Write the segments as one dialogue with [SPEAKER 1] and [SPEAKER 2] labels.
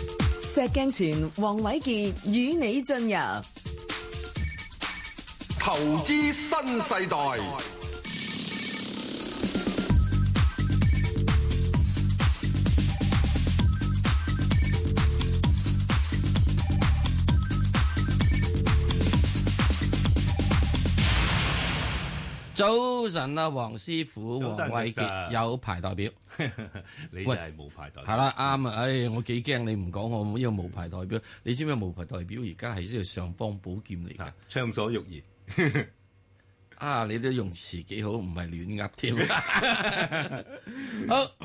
[SPEAKER 1] 石鏡泉、黃偉傑與你進入
[SPEAKER 2] 投資新世代。
[SPEAKER 3] 早晨啊，黃師傅、
[SPEAKER 4] 早
[SPEAKER 3] 黃偉
[SPEAKER 4] 晨早
[SPEAKER 3] 傑
[SPEAKER 4] 晨
[SPEAKER 3] 有排代表，
[SPEAKER 4] 你
[SPEAKER 3] 喂
[SPEAKER 4] 真係冇排代
[SPEAKER 3] 係啦，啱啊！唉，我幾驚你唔講我呢個無牌代表，你知唔知無牌代表而家係呢個上方寶劍嚟㗎
[SPEAKER 4] 嗱？，暢所欲言。
[SPEAKER 3] 啊，你都用詞幾好，唔係亂噏 添。好，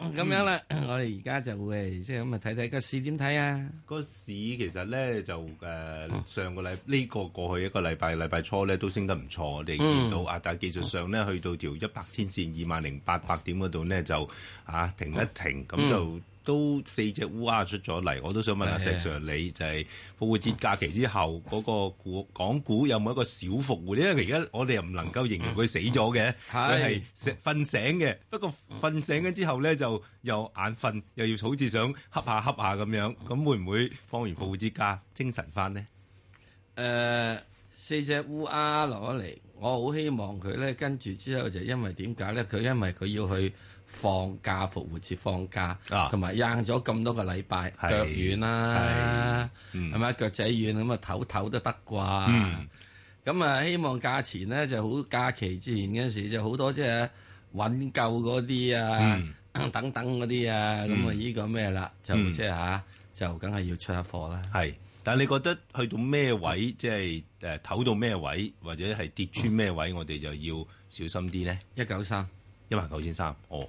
[SPEAKER 3] 咁樣啦，我哋而家就會即係咁啊，睇睇個市點睇啊？
[SPEAKER 4] 個市其實咧就誒、呃
[SPEAKER 3] 嗯
[SPEAKER 4] 上個禮呢、個過去一個禮拜禮拜初咧都升得唔錯，我哋
[SPEAKER 3] 嗯
[SPEAKER 4] 見到啊，但係技術上咧去到條一百天線二萬零八百點嗰度咧就啊停一
[SPEAKER 3] 嗯
[SPEAKER 4] 停，咁就。都四隻烏鴉出咗嚟，我都想問下
[SPEAKER 3] 係
[SPEAKER 4] 石
[SPEAKER 3] 係
[SPEAKER 4] Sir，你就係復活節假期之後嗰、個股港股有冇一個小復活？因為而家我哋又唔能夠形容佢死咗嘅，
[SPEAKER 3] 係
[SPEAKER 4] 佢係食瞓醒嘅，不過瞓醒咗之後咧就又眼瞓，又要好似想恰下恰下咁樣，咁會唔會放完復活節假精神翻呢？
[SPEAKER 3] 誒、呃四隻烏鴉攞嚟，我好希望佢咧跟住之後就因為點解咧？佢因為佢要去放假復活節放假
[SPEAKER 4] 啊，
[SPEAKER 3] 同埋硬咗咁多個禮拜，
[SPEAKER 4] 係
[SPEAKER 3] 腳軟啦，
[SPEAKER 4] 嗯
[SPEAKER 3] 係咪、腳仔軟咁啊，唞唞都得啩。
[SPEAKER 4] 嗯
[SPEAKER 3] 咁啊、希望價錢咧就好假期之前嗰陣時就好多即係揾夠嗰啲啊， 等等嗰啲啊，咁啊呢個咩啦，就
[SPEAKER 4] 嗯
[SPEAKER 3] 即係嚇，就梗係要出下貨啦。
[SPEAKER 4] 係，但係你覺得去到咩位，即係誒唞到咩位，或者係跌穿咩位，我哋就要小心啲呢？
[SPEAKER 3] 一九三。
[SPEAKER 4] 一萬九千三，哦，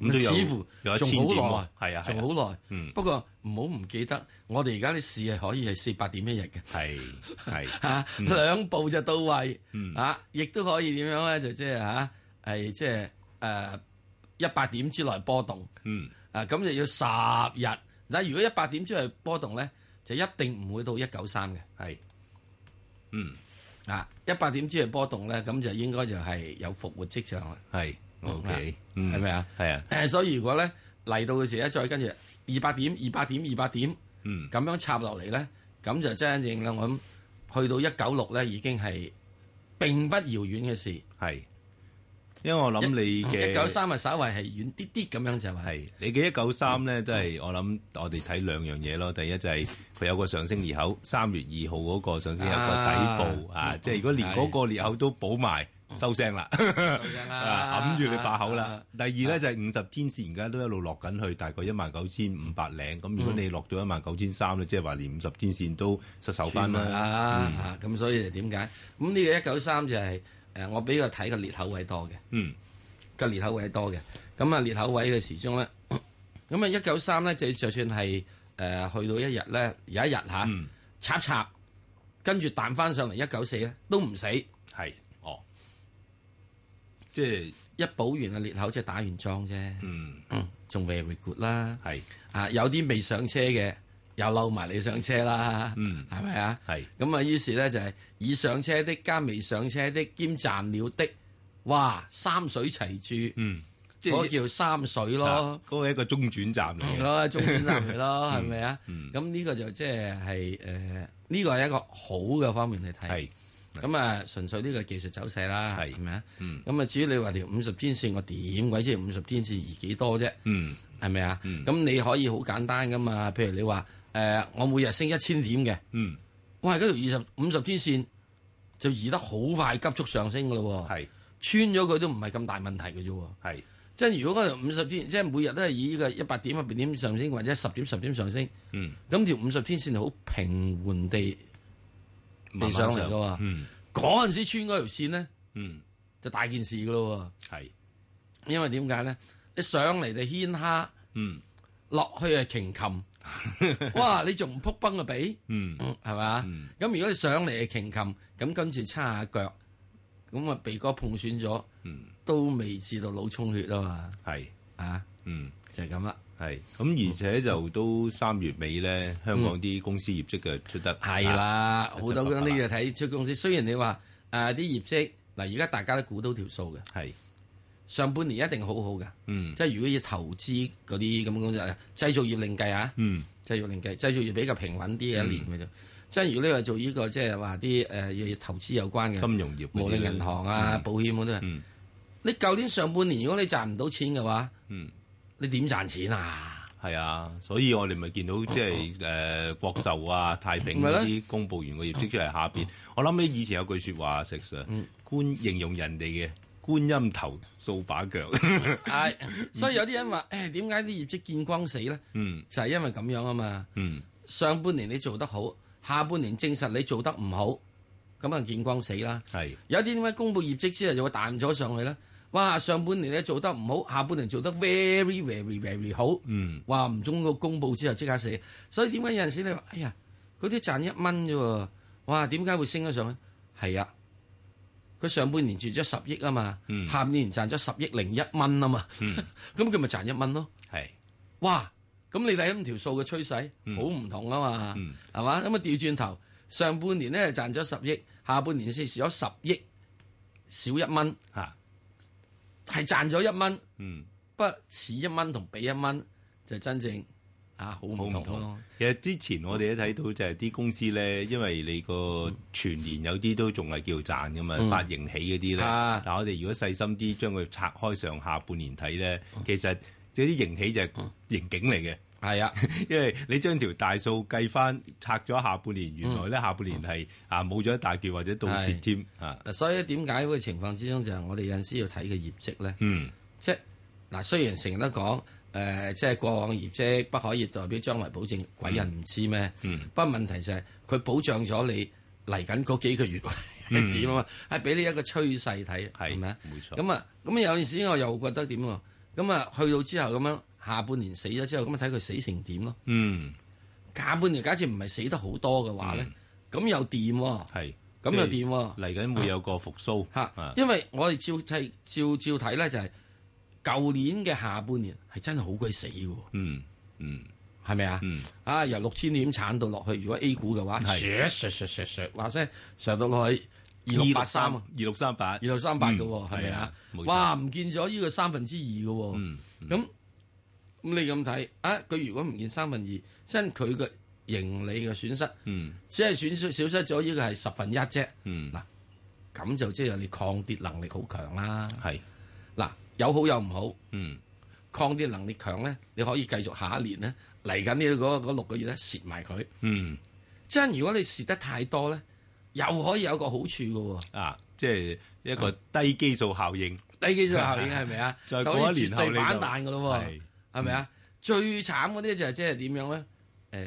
[SPEAKER 4] 咁都有
[SPEAKER 3] 似乎
[SPEAKER 4] 有一
[SPEAKER 3] 仲
[SPEAKER 4] 千點
[SPEAKER 3] 好
[SPEAKER 4] 喎
[SPEAKER 3] 耐，，
[SPEAKER 4] 係啊，係啊
[SPEAKER 3] 仲好耐
[SPEAKER 4] 嗯。
[SPEAKER 3] 不過唔好唔記得，我哋而家啲市係可以係四百點一日嘅，
[SPEAKER 4] 係係
[SPEAKER 3] 嚇兩步就到位
[SPEAKER 4] 嗯，
[SPEAKER 3] 嚇亦都可以點樣咧？就即係嚇係即係誒一百點之內波動，
[SPEAKER 4] 嗯
[SPEAKER 3] 啊咁就要十日。但係如果一百點之內波動咧，就一定唔會到一九三嘅。
[SPEAKER 4] 係嗯
[SPEAKER 3] 啊，一百點之內波動咧，咁就應該就係有復活跡象啦，
[SPEAKER 4] 係，OK，嗯
[SPEAKER 3] 係咪啊？
[SPEAKER 4] 係啊，
[SPEAKER 3] 誒，所以如果咧嚟到嘅時咧，再跟住二百點、二百點、二百點。
[SPEAKER 4] 嗯
[SPEAKER 3] 咁樣插落嚟咧，咁就真正啦。我諗去到一九六咧，已經係並不遙遠嘅事。
[SPEAKER 4] 係，因為我諗你嘅啊
[SPEAKER 3] 一九三啊，稍為係遠啲啲咁樣就係。
[SPEAKER 4] 係你嘅一九三咧，都係我諗我哋睇兩樣嘢咯。第一就係佢有個上升裂口，三月二號嗰個上升有個底部啊，即係如果連嗰個裂口都補埋，收聲啦，
[SPEAKER 3] 哎
[SPEAKER 4] 啊揞住你把口啦。第二咧就係五十天線而家都一路落緊去，大概一萬九千五百零。咁如
[SPEAKER 3] 嗯
[SPEAKER 4] 果你落到一萬九千三咧，即係話連五十天線都失手翻
[SPEAKER 3] 翻啦
[SPEAKER 4] 啦。
[SPEAKER 3] 啊！咁所以就點解咁呢個一九三就係誒，我俾佢睇個裂口位多嘅，
[SPEAKER 4] 嗯，
[SPEAKER 3] 個裂口位多嘅。咁啊，裂口位嘅時鐘咧， 咁啊一九三咧，就就算係誒去到一日咧，有一日嚇
[SPEAKER 4] 嗯
[SPEAKER 3] 插插，跟住彈翻上嚟一九四咧，都唔死。
[SPEAKER 4] 係，哦，即係
[SPEAKER 3] 一補完啊裂口即係打完裝啫，
[SPEAKER 4] 嗯
[SPEAKER 3] 嗯，仲 very good 啦。
[SPEAKER 4] 係
[SPEAKER 3] 啊，有啲未上車嘅又漏埋你上車啦，
[SPEAKER 4] 嗯
[SPEAKER 3] 係咪啊？
[SPEAKER 4] 係
[SPEAKER 3] 咁啊，於是咧就係已上車的加未上車的兼賺了的，哇，三水齊住，
[SPEAKER 4] 嗯，即
[SPEAKER 3] 嗰個
[SPEAKER 4] 係
[SPEAKER 3] 叫三水咯
[SPEAKER 4] 啊，嗰個係一個中轉站嚟
[SPEAKER 3] 係
[SPEAKER 4] 嘅。
[SPEAKER 3] 咯，中間站嚟咯，係咪啊？
[SPEAKER 4] 嗯
[SPEAKER 3] 咁呢個就即係係誒，呢個係一個好嘅方面去睇
[SPEAKER 4] 係。
[SPEAKER 3] 咁啊，純粹呢個技術走勢啦，
[SPEAKER 4] 係
[SPEAKER 3] 係咪啊？
[SPEAKER 4] 嗯
[SPEAKER 3] 咁啊，至於你話條五十天線，我點鬼知五十天線移幾多啫？
[SPEAKER 4] 嗯
[SPEAKER 3] 係咪啊？
[SPEAKER 4] 嗯
[SPEAKER 3] 咁你可以好簡單噶嘛？譬如你話誒，我每日升一千點嘅，
[SPEAKER 4] 嗯
[SPEAKER 3] 哇！嗰條二十五十天線就移得好快，急速上升噶咯喎，
[SPEAKER 4] 係
[SPEAKER 3] 穿咗佢都唔係咁大問題嘅啫喎。
[SPEAKER 4] 係
[SPEAKER 3] 即係如果嗰條五十天，即係每日都係以呢個一百點、一百點上升，或者十點、十點上升，
[SPEAKER 4] 嗯
[SPEAKER 3] 咁條五十天線好平緩地地
[SPEAKER 4] 慢慢
[SPEAKER 3] 上嚟嘅
[SPEAKER 4] 上
[SPEAKER 3] 喎。
[SPEAKER 4] 嗯
[SPEAKER 3] 嗰陣時穿嗰條線咧，
[SPEAKER 4] 嗯
[SPEAKER 3] 就大件事嘅咯
[SPEAKER 4] 係
[SPEAKER 3] 喎。因為點解咧？你上嚟就牽蝦，
[SPEAKER 4] 嗯
[SPEAKER 3] 落去係擎琴， 哇！你仲唔撲崩個髀，
[SPEAKER 4] 嗯
[SPEAKER 3] 嗯係嘛？
[SPEAKER 4] 嗯
[SPEAKER 3] 咁如果你上嚟係擎琴，咁跟住叉下腳，咁啊鼻哥碰損咗，
[SPEAKER 4] 嗯
[SPEAKER 3] 都未至到腦充血啊嘛，
[SPEAKER 4] 係
[SPEAKER 3] 啊
[SPEAKER 4] 嗯
[SPEAKER 3] 就係咁啦。
[SPEAKER 4] 係咁，而且就都三月尾咧，香港啲公司業績嘅出得
[SPEAKER 3] 係
[SPEAKER 4] 啊
[SPEAKER 3] 啦，好
[SPEAKER 4] 就
[SPEAKER 3] 多嗰
[SPEAKER 4] 咁
[SPEAKER 3] 啲
[SPEAKER 4] 啦
[SPEAKER 3] 啊嘢睇出公司。雖然你話誒啲業績嗱，而家大家都估到條數嘅，
[SPEAKER 4] 係
[SPEAKER 3] 上半年一定好好嘅。
[SPEAKER 4] 嗯
[SPEAKER 3] 即係如果要投資嗰啲咁嘅公司，製造業另計啊，
[SPEAKER 4] 嗯
[SPEAKER 3] 製造業另計，製造業比較平穩啲嘅一年嘅啫。即係如果你話做呢、個即係話啲呃誒要投資有關嘅
[SPEAKER 4] 金融業嗰啲
[SPEAKER 3] 無論
[SPEAKER 4] 咧
[SPEAKER 3] 銀行啊、保險嗰啲，
[SPEAKER 4] 嗯
[SPEAKER 3] 你舊年上半年如果你賺唔到錢嘅話，
[SPEAKER 4] 嗯，
[SPEAKER 3] 你點賺錢啊？
[SPEAKER 4] 係啊，所以我哋咪見到即係誒國壽啊、太平
[SPEAKER 3] 咪
[SPEAKER 4] 嗰
[SPEAKER 3] 咯
[SPEAKER 4] 啲公佈完個業績出嚟下邊，我諗起以前有句説話食 Sir，觀形容人哋嘅觀音頭掃把腳，
[SPEAKER 3] 係，所以有啲人話：，誒點解啲業績見光死咧？
[SPEAKER 4] 嗯
[SPEAKER 3] 就係因為咁樣啊嘛。
[SPEAKER 4] 嗯
[SPEAKER 3] 上半年你做得好，下半年證實你做得唔好，咁啊見光死啦。
[SPEAKER 4] 係
[SPEAKER 3] 有啲點解公佈業績之後就會彈咗上去咧？哇！上半年咧做得唔好，下半年做得 very very very 好，
[SPEAKER 4] 嗯
[SPEAKER 3] 哇！唔中個公佈之後即刻死，所以點解有陣時你話：，哎呀，嗰啲賺一蚊啫喎，哇！點解會升咗上去？係啊，佢上半年賺咗十億啊嘛，下半年賺咗十億零一蚊啊嘛， 咁佢咪賺一蚊咯。
[SPEAKER 4] 係
[SPEAKER 3] 哇！咁你睇咁條數嘅趨勢
[SPEAKER 4] 嗯
[SPEAKER 3] 好唔同啊嘛，係嘛、咁啊調轉頭，上半年咧賺咗十億，下半年先蝕咗十億，少一蚊，
[SPEAKER 4] 嚇
[SPEAKER 3] 係賺咗一蚊，
[SPEAKER 4] 嗯。
[SPEAKER 3] 不過似一蚊同俾一蚊就真正啊好
[SPEAKER 4] 好
[SPEAKER 3] 唔
[SPEAKER 4] 唔
[SPEAKER 3] 同
[SPEAKER 4] 同
[SPEAKER 3] 咯。。
[SPEAKER 4] 其實之前我哋都睇到就係啲公司咧，因為你個全年有啲都仲係叫賺噶嘛，發盈喜嗰啲咧。
[SPEAKER 3] 啊
[SPEAKER 4] 但我哋如果細心啲將佢拆開上下半年睇咧，其實嗰啲盈喜就係盈警嚟嘅。
[SPEAKER 3] 係啊，
[SPEAKER 4] 因為你將條大數計翻拆咗下半年，原來咧下半年
[SPEAKER 3] 嗯
[SPEAKER 4] 係啊冇咗一大橛或者倒蝕添啊，
[SPEAKER 3] 嗱所以點解會情況之中就係我哋有陣時要睇嘅業績咧，
[SPEAKER 4] 嗯
[SPEAKER 3] 即係嗱雖然成日都講。誒、即係過往業績不可以代表將來保證，鬼人唔知咩？
[SPEAKER 4] 嗯
[SPEAKER 3] 不過問題就係佢保障咗你嚟緊嗰幾個月係點啊嘛，係俾你一個趨勢睇，
[SPEAKER 4] 嗯係
[SPEAKER 3] 係咪啊
[SPEAKER 4] 冇錯
[SPEAKER 3] 咁啊，咁有陣時我又覺得點喎？咁啊，去到之後咁樣，下半年死咗之後，咁啊睇佢死成點咯。
[SPEAKER 4] 嗯
[SPEAKER 3] 下半年假設唔係死得好多嘅話咧，咁、又掂喎、
[SPEAKER 4] 係
[SPEAKER 3] 咁又掂喎
[SPEAKER 4] 嚟緊會有個復甦
[SPEAKER 3] 吓，
[SPEAKER 4] 啊
[SPEAKER 3] 因為我哋照睇照照睇咧，就係舊年嘅下半年係真係好鬼死嘅喎，
[SPEAKER 4] 嗯嗯
[SPEAKER 3] 係咪啊
[SPEAKER 4] 嗯？
[SPEAKER 3] 啊，由六千點鏟到落去，如果 A 股嘅話，削削削削削，話聲上到落去二六八三啊，
[SPEAKER 4] 二六三嗯八二
[SPEAKER 3] 二六三八嘅喎，係咪啊？哇，唔見咗呢個三分之二嘅喎，
[SPEAKER 4] 嗯
[SPEAKER 3] 咁咁你咁睇啊？佢如果唔見三分二，真佢嘅盈利嘅損失，
[SPEAKER 4] 嗯
[SPEAKER 3] 只係損失少失咗呢個係十分一啫。
[SPEAKER 4] 嗯
[SPEAKER 3] 嗱，咁就即係你抗跌能力好強啦。
[SPEAKER 4] 係
[SPEAKER 3] 嗱，有好有唔好，
[SPEAKER 4] 嗯
[SPEAKER 3] 抗跌能力強咧，你可以繼續下一年咧嚟緊呢嗰嗰六個月咧蝕埋佢。
[SPEAKER 4] 嗯。
[SPEAKER 3] 即係如果你蝕得太多咧，又可以有個好處嘅喎。
[SPEAKER 4] 啊，即係一個
[SPEAKER 3] 啊
[SPEAKER 4] 低基數效應。
[SPEAKER 3] 低基數效應係咪啊？
[SPEAKER 4] 再
[SPEAKER 3] 就
[SPEAKER 4] 過
[SPEAKER 3] 好
[SPEAKER 4] 一
[SPEAKER 3] 似
[SPEAKER 4] 年
[SPEAKER 3] 絕
[SPEAKER 4] 後
[SPEAKER 3] 對
[SPEAKER 4] 你就
[SPEAKER 3] 反彈嘅咯
[SPEAKER 4] 係嗯
[SPEAKER 3] 喎，係咪啊？最慘嗰啲就係即係點樣咧？誒、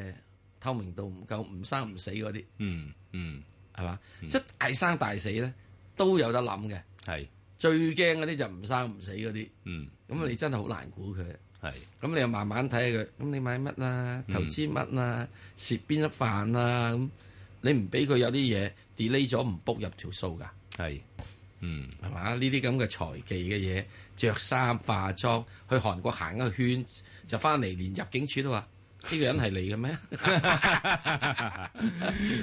[SPEAKER 3] 透明度唔夠，唔生唔死嗰啲
[SPEAKER 4] 嗯嗯，
[SPEAKER 3] 係嘛？即係大生大死咧都有得諗嘅。
[SPEAKER 4] 係，
[SPEAKER 3] 最驚嗰啲就唔生唔死嗰啲，
[SPEAKER 4] 嗯
[SPEAKER 3] 咁你真係好難估佢。
[SPEAKER 4] 係，
[SPEAKER 3] 咁你又慢慢睇下佢，咁你買乜啊？
[SPEAKER 4] 嗯
[SPEAKER 3] 投資乜啊？蝕邊一飯啊？咁你唔俾佢有啲嘢 delay 咗唔 book 入條數㗎，
[SPEAKER 4] 係， 嗯
[SPEAKER 3] 係嘛？呢啲咁嘅財技嘅嘢，着衫化妝去韓國行一個圈就翻嚟，連入境處都話呢個人係你嘅咩？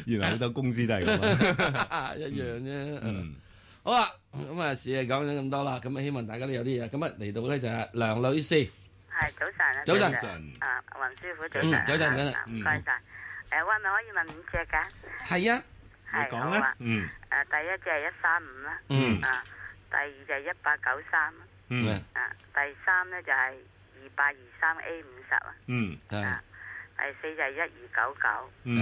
[SPEAKER 4] 原來好多公司都 係咁啊。
[SPEAKER 3] 一樣啫。嗯好啦，咁啊，事啊講咗咁多啦，咁啊，希望大家都有啲嘢。咁啊，嚟到咧就係梁女士，
[SPEAKER 5] 係早晨啊，
[SPEAKER 3] 早晨
[SPEAKER 5] 啊，雲師傅早晨啊，
[SPEAKER 3] 嗯早晨早晨
[SPEAKER 5] 啊唔該晒。誒，喂，咪可以問五隻㗎？
[SPEAKER 3] 係啊，
[SPEAKER 4] 嗯你
[SPEAKER 5] 係
[SPEAKER 4] 講
[SPEAKER 5] 好
[SPEAKER 4] 啦
[SPEAKER 5] 啊，。
[SPEAKER 4] 嗯
[SPEAKER 5] 誒，第一隻係一三五啦，
[SPEAKER 3] 嗯
[SPEAKER 5] 啊，第二就係一八九三啦，
[SPEAKER 4] 嗯
[SPEAKER 5] 啊，第三咧就係二八二三 A 五十啊，
[SPEAKER 4] 嗯
[SPEAKER 3] 啊，
[SPEAKER 5] 第四就係一二九九，
[SPEAKER 4] 嗯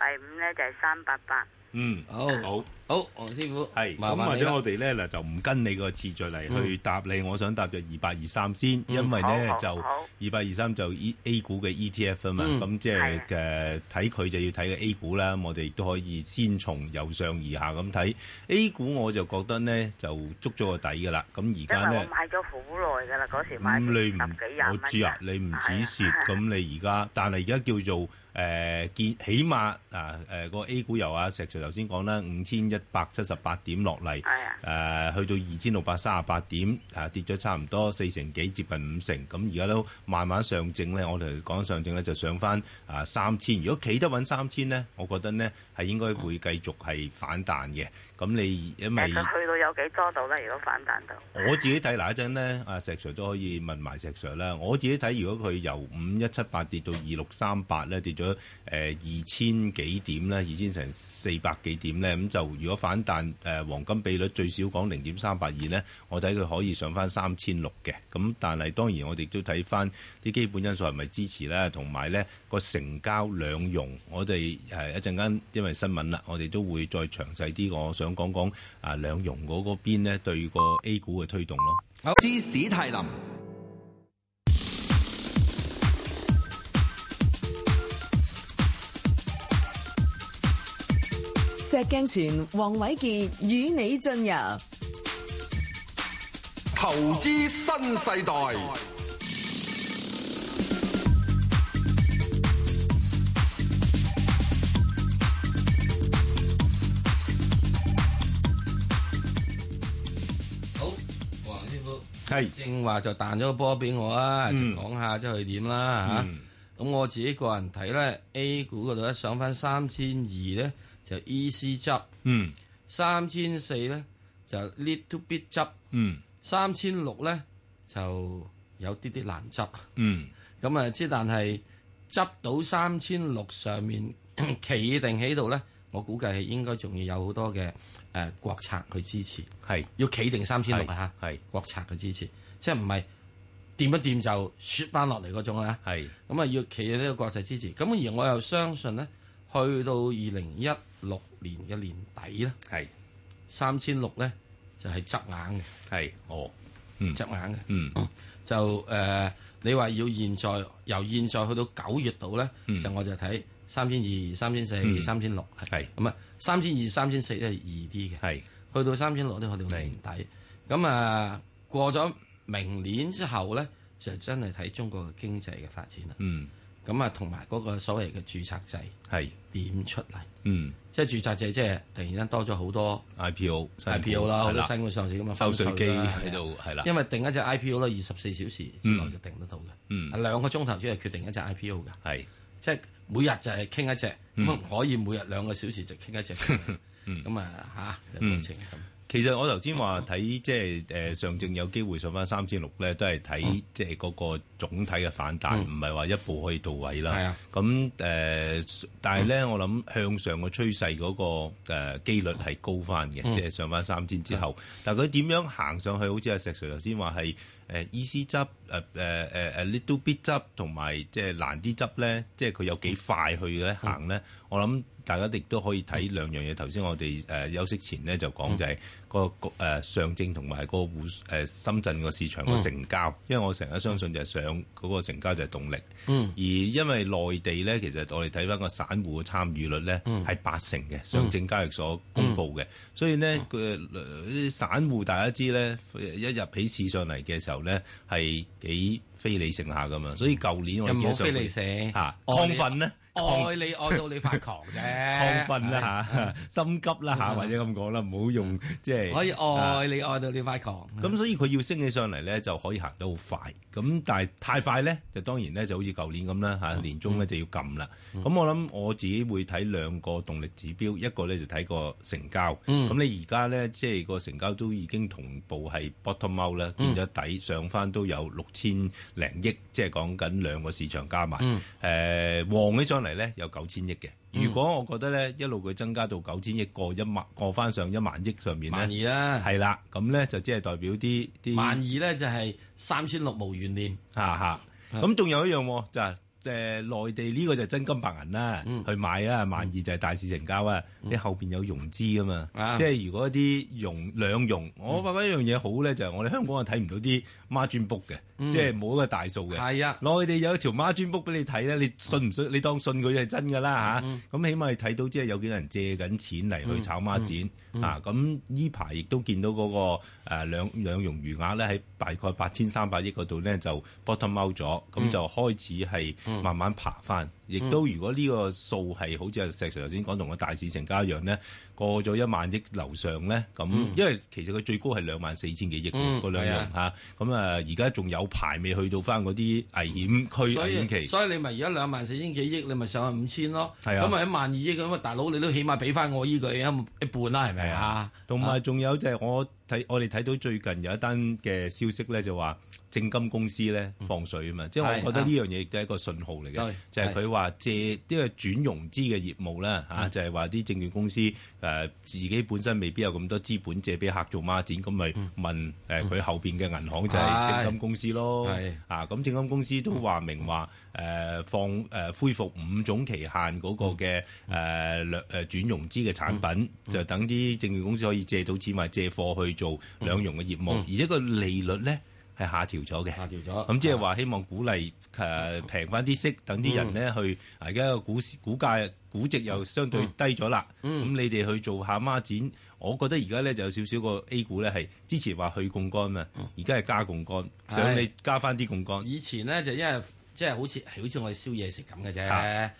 [SPEAKER 5] 第五咧就係三八八。
[SPEAKER 4] 嗯，
[SPEAKER 3] 好
[SPEAKER 4] 好。
[SPEAKER 3] 好，黃師傅
[SPEAKER 4] 係
[SPEAKER 3] 麻
[SPEAKER 4] 咁，
[SPEAKER 3] 煩
[SPEAKER 4] 或
[SPEAKER 3] 你啦嗯
[SPEAKER 4] 者我哋咧嗱就唔跟你個次序嚟去答你，我想答就二八二三先，因為咧
[SPEAKER 5] 好好
[SPEAKER 4] 就
[SPEAKER 5] 好
[SPEAKER 4] 二八二三就 E A 股嘅 ETF 啊嘛，
[SPEAKER 3] 嗯
[SPEAKER 4] 咁即係
[SPEAKER 5] 係
[SPEAKER 4] 誒睇佢就要睇個 A 股啦，我哋亦都可以先從由上而下咁睇 A 股，我就覺得咧就捉咗個底噶啦，咁而
[SPEAKER 5] 因
[SPEAKER 4] 家
[SPEAKER 5] 為我
[SPEAKER 4] 咧。
[SPEAKER 5] 買咗好耐㗎啦，嗰時買
[SPEAKER 4] 咁啊你
[SPEAKER 5] 咗十
[SPEAKER 4] 唔
[SPEAKER 5] 幾廿
[SPEAKER 4] 我
[SPEAKER 5] 蚊㗎。
[SPEAKER 4] 知啊，你唔止蝕
[SPEAKER 5] 係啊，
[SPEAKER 4] 咁你而家，但係而家叫做誒、呃、見，起碼啊誒個 A 股由啊石 Sir 頭先講啦，五千一百七十八點落嚟，誒、
[SPEAKER 5] 係啊
[SPEAKER 4] 去到二千六百三十八點，啊跌咗差唔多四成幾，接近五成，咁而家都慢慢上證咧，我哋講上證咧就上翻啊三千，如果企得穩三千咧，我覺得咧係應該會繼續係反彈嘅，咁你因為
[SPEAKER 5] 但係佢去到有有幾多度咧？如果反彈到，
[SPEAKER 4] 我自己睇嗱一陣咧，阿石 Sir 都可以問埋石 Sir 啦。我自己睇，如果佢由五一七八跌到二六三八咧，跌咗誒呃二千幾點咧，二千成四百幾點咧，咁就如果反彈誒、呃黃金比率最少講零點三八二咧，我睇佢可以上翻三千六嘅。咁但係當然我哋都睇翻啲基本因素係咪支持啦，同埋咧個成交兩用。我哋誒一陣間因為新聞啦，我哋都會再詳細啲。我想講講啊兩融嗰嗰邊咧對個 A 股嘅推動咯。
[SPEAKER 2] 芝士泰林，
[SPEAKER 1] 石鏡泉、黃偉傑與你進入
[SPEAKER 2] 投資新世代。
[SPEAKER 3] 好，黃師傅。
[SPEAKER 4] 係
[SPEAKER 3] 正話就彈咗個波俾我啊，
[SPEAKER 4] 嗯
[SPEAKER 3] 就講下即係點啦
[SPEAKER 4] 嗯
[SPEAKER 3] 嚇。咁我自己個人睇咧，A 股嗰度咧上翻三千二咧就 easy 執，
[SPEAKER 4] 嗯
[SPEAKER 3] 三千四咧就 little bit 執，
[SPEAKER 4] 嗯
[SPEAKER 3] 三千六咧就有啲啲難執。
[SPEAKER 4] 嗯
[SPEAKER 3] 咁啊，之但係執到三千六上面 企定喺度咧，我估計係應該仲要有好多嘅誒、呃、國策去支持。
[SPEAKER 4] 係
[SPEAKER 3] 要企定三千六
[SPEAKER 4] 係
[SPEAKER 3] 啊嚇，
[SPEAKER 4] 嗯係
[SPEAKER 3] 國策嘅支持，即係唔係掂一掂就雪翻落嚟嗰種啊。
[SPEAKER 4] 係
[SPEAKER 3] 咁啊，要企喺呢個國際支持。咁而我又相信咧，去到二零一六年嘅年底咧，
[SPEAKER 4] 係
[SPEAKER 3] 三千六咧就係執硬嘅，
[SPEAKER 4] 係哦嗯
[SPEAKER 3] 執硬嘅。
[SPEAKER 4] 嗯
[SPEAKER 3] 就誒、呃你話要現在由現在去到九月度咧，
[SPEAKER 4] 嗯
[SPEAKER 3] 就我就睇三千二、三千
[SPEAKER 4] 嗯
[SPEAKER 3] 四、三千六，
[SPEAKER 4] 係
[SPEAKER 3] 咁啊，三千二、三千四咧係易啲嘅。
[SPEAKER 4] 係
[SPEAKER 3] 去到三千六都去到年底。咁啊，過咗明年之後咧，就真係睇中國嘅經濟嘅發展啦。
[SPEAKER 4] 嗯
[SPEAKER 3] 咁啊，同埋嗰個所謂嘅註冊制
[SPEAKER 4] 係
[SPEAKER 3] 點出嚟？
[SPEAKER 4] 嗯
[SPEAKER 3] 即係註冊制，即係突然間多咗好多
[SPEAKER 4] IPO 新股
[SPEAKER 3] IPO 啦，好
[SPEAKER 4] 係
[SPEAKER 3] 多新股上市咁啊，
[SPEAKER 4] 收稅機
[SPEAKER 3] 分啦啊
[SPEAKER 4] 喺度係啦
[SPEAKER 3] 因為定一隻 IPO 咧，二十四小時之內就定得到嘅。啊
[SPEAKER 4] 嗯
[SPEAKER 3] 兩個鐘頭之後決定一隻 IPO 嘅，
[SPEAKER 4] 係
[SPEAKER 3] 即係每日就係傾一隻，
[SPEAKER 4] 嗯
[SPEAKER 3] 咁啊可以每日兩個小時就傾一隻。 咁啊嚇，就過程係咁。
[SPEAKER 4] 其實我頭先話睇即係誒上證有機會上翻三千六咧，都係
[SPEAKER 3] 嗯
[SPEAKER 4] 睇即係嗰個總體嘅反彈，唔係話一步可以到位
[SPEAKER 3] 係
[SPEAKER 4] 啦
[SPEAKER 3] 啊。
[SPEAKER 4] 咁誒、但係咧，我諗向上嘅趨勢嗰、個誒、機率係高翻嘅，即係上翻三千之後。但係佢點樣行上去？好似阿石 Sir 頭先話係誒 easy 執誒誒誒誒 little bit 執同埋即係難啲執咧，即係佢有幾快去咧行咧？我諗大家亦都可以睇兩樣嘢。頭先我哋誒、休息前咧就講就係、個個、誒呃上證同埋個互誒、深圳個市場
[SPEAKER 3] 嗯
[SPEAKER 4] 個成交，因為我成日相信就係上嗰個成交就係動力。
[SPEAKER 3] 嗯
[SPEAKER 4] 而因為內地咧，其實我哋睇翻個散戶嘅參與率咧
[SPEAKER 3] 嗯
[SPEAKER 4] 係八成嘅，上證交易所公布嘅，所以咧
[SPEAKER 3] 哦
[SPEAKER 4] 佢呃啲散戶大家知咧，一入起市上嚟嘅時候咧係幾非理性下噶嘛，所以舊年我
[SPEAKER 3] 又
[SPEAKER 4] 哋
[SPEAKER 3] 唔好
[SPEAKER 4] 見上
[SPEAKER 3] 非
[SPEAKER 4] 去
[SPEAKER 3] 理性
[SPEAKER 4] 嚇
[SPEAKER 3] 愛
[SPEAKER 4] 亢
[SPEAKER 3] 你
[SPEAKER 4] 奮咧。
[SPEAKER 3] 愛你愛到你發狂啫，
[SPEAKER 4] 亢
[SPEAKER 3] 亢
[SPEAKER 4] 奮啦嚇，心急啦嚇，
[SPEAKER 3] 嗯
[SPEAKER 4] 或者咁講啦，唔好用即係
[SPEAKER 3] 可以哦
[SPEAKER 4] 啊
[SPEAKER 3] 愛你愛到你發狂。
[SPEAKER 4] 咁所以佢要升起上嚟咧，就可以行得好快。咁但係太快咧，就當然咧就好似舊年咁啦
[SPEAKER 3] 嗯
[SPEAKER 4] 嚇，年中咧就要撳啦。咁、我諗我自己會睇兩個動力指標，一個咧就睇個成交。咁、
[SPEAKER 3] 嗯
[SPEAKER 4] 你而家咧即係個成交都已經同步係 bottom out 啦，
[SPEAKER 3] 嗯
[SPEAKER 4] 見咗底上翻都有六千零億，即係講緊兩個市場加埋。
[SPEAKER 3] 嗯
[SPEAKER 4] 誒、旺起上嚟咧有九千億嘅。如
[SPEAKER 3] 嗯
[SPEAKER 4] 果我覺得咧一路佢增加到九千億過一萬過翻上一萬億上面咧
[SPEAKER 3] 萬。二啦，
[SPEAKER 4] 係啦，咁咧就即係代表啲啲啊
[SPEAKER 3] 萬二咧就係三千六無懸念。
[SPEAKER 4] 嚇嚇。咁仲有一樣喎，就係誒內地呢個就真金白銀啦，去買啊，萬二就係大市成交啊，你後邊有融資噶嘛，
[SPEAKER 3] 啊
[SPEAKER 4] 即係如果啲融兩融，我發覺一樣嘢好咧，就係我哋香港啊睇唔到啲孖轉 book 嘅，即係冇一個大數嘅。
[SPEAKER 3] 係啊，嗯
[SPEAKER 4] 內地有一條孖專 book 俾你睇咧，你信唔信？你當信佢係真㗎啦嚇。咁、起碼你睇到即係有幾多人借緊錢嚟
[SPEAKER 3] 嗯
[SPEAKER 4] 去炒孖展、啊。咁呢排亦都見到嗰、個誒兩兩融餘額咧喺大概
[SPEAKER 3] 嗯
[SPEAKER 4] 八千三百億嗰度咧就 bottom out 咗，咁就開始係慢慢爬翻。亦都如果呢個數係好似阿石 Sir 頭先講同個大市成交一樣咧，過咗一萬億樓上咧，咁、因為其實佢最高係兩萬四千幾億
[SPEAKER 3] 嗯
[SPEAKER 4] 喎個量用嚇，咁啊而家仲有排未去到翻嗰啲危險區
[SPEAKER 3] 所
[SPEAKER 4] 危險
[SPEAKER 3] 以
[SPEAKER 4] 期，
[SPEAKER 3] 所以你咪而家兩萬四千幾億，你咪上去五千咯。
[SPEAKER 4] 係啊
[SPEAKER 3] 咁咪一萬二億咁啊，大佬你都起碼俾翻我依個一一半啦，係咪
[SPEAKER 4] 係
[SPEAKER 3] 啊
[SPEAKER 4] 啊？，同埋仲有就係我睇我哋睇到最近有一單嘅消息咧，就話證金公司咧放水啊嘛，即係
[SPEAKER 3] 嗯係
[SPEAKER 4] 我覺得呢樣嘢亦都係一個信號嚟
[SPEAKER 3] 對
[SPEAKER 4] 嘅，就係佢話借因為轉融資嘅業務啦
[SPEAKER 3] 嗯
[SPEAKER 4] 嚇，就係話啲證券公司誒自己本身未必有咁多資本借俾客做孖展，咁咪
[SPEAKER 3] 嗯
[SPEAKER 4] 問誒佢後邊嘅銀行就係證金公司咯
[SPEAKER 3] 係，
[SPEAKER 4] 啊咁證金公司都話明話誒放誒恢復五種期限嗰個嘅誒兩誒轉融資嘅產品，就等啲證券公司可以借到錢或者借貨去做兩融嘅業務，而且個利率咧係下調咗嘅。
[SPEAKER 3] 下調啊咗。
[SPEAKER 4] 咁即係話希望鼓勵誒平翻啲息，等啲人
[SPEAKER 3] 嗯
[SPEAKER 4] 咧去啊而家個股市股價估值又相對低咗啦。咁、
[SPEAKER 3] 嗯
[SPEAKER 4] 你哋去做下孖展，我覺得而家咧就有少少個 A 股咧係之前話去槓桿嘛，
[SPEAKER 3] 嗯
[SPEAKER 4] 而家係加槓桿，想你加翻啲槓桿。
[SPEAKER 3] 以前咧就因為即係好似好似我哋燒嘢食咁嘅啫
[SPEAKER 4] 啊，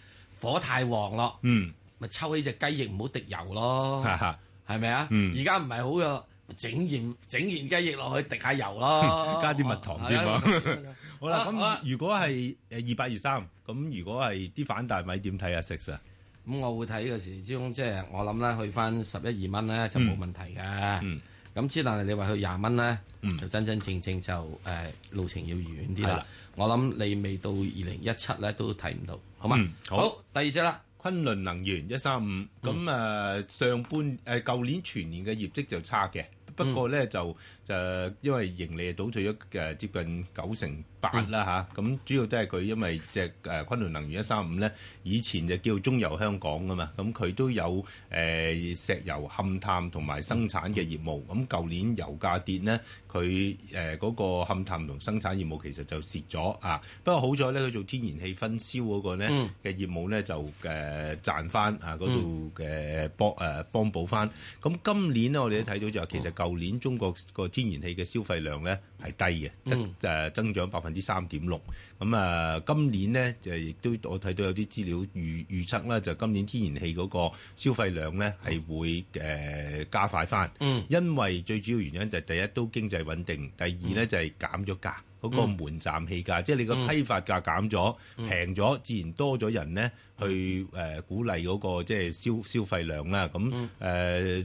[SPEAKER 3] 火太旺咯，
[SPEAKER 4] 嗯，
[SPEAKER 3] 咪抽起只雞翼唔好滴油 咯，
[SPEAKER 4] 哈哈，
[SPEAKER 3] 係咪啊？
[SPEAKER 4] 嗯
[SPEAKER 3] 而家唔係好嘅，整件整件雞翼落去滴下油咯，
[SPEAKER 4] 加啲蜜糖添啊
[SPEAKER 3] 加啲蜜糖添啊
[SPEAKER 4] 好啦，咁、
[SPEAKER 3] 好啊
[SPEAKER 4] 如果係呃誒二百二三，咁如果係啲反彈位點睇啊？石 Sir，
[SPEAKER 3] 咁我會睇嘅時之中，即係我諗咧，去翻十一二蚊咧就冇問題嘅
[SPEAKER 4] 嗯。
[SPEAKER 3] 咁之但係你話去廿蚊咧，
[SPEAKER 4] 嗯
[SPEAKER 3] 就真真正正就誒路程要遠啲
[SPEAKER 4] 係
[SPEAKER 3] 啦
[SPEAKER 4] 啦。
[SPEAKER 3] 我諗你未到二零一七咧都睇唔到，好嘛
[SPEAKER 4] 嗯？好
[SPEAKER 3] 好，第二隻啦。
[SPEAKER 4] 昆侖能源一三五，咁誒上半誒呃舊年全年嘅業績就差嘅，不過咧就就因為盈利倒退咗誒接近九成八啦吓，咁主要都係佢因為只誒昆侖能源一三五咧，以前就叫中油香港啊嘛，咁佢都有誒石油勘探同埋生產嘅業務，咁舊年油價跌咧，佢誒嗰個勘探同生產業務其實就蝕咗啊，不過好在咧佢做天然氣分銷嗰個咧
[SPEAKER 3] 嗯
[SPEAKER 4] 嘅業務咧就誒、呃、賺翻啊嗰度嘅幫誒幫補翻。咁今年咧我哋都睇到就係其實舊年中國個天然氣嘅消費量咧係低嘅，得誒、呃增長百分之三點六。咁啊今年咧就亦都我睇到有啲資料預預測啦，就今年天然氣嗰個消費量咧係會誒、呃加快翻。
[SPEAKER 3] 嗯
[SPEAKER 4] 因為最主要原因就係第一都經濟穩定，第二咧就係減咗價。嗰個門站氣價，即係你個批發價減咗，平咗、自然多咗人咧去誒、呃鼓勵嗰、個即係消消費量啦。咁誒、呃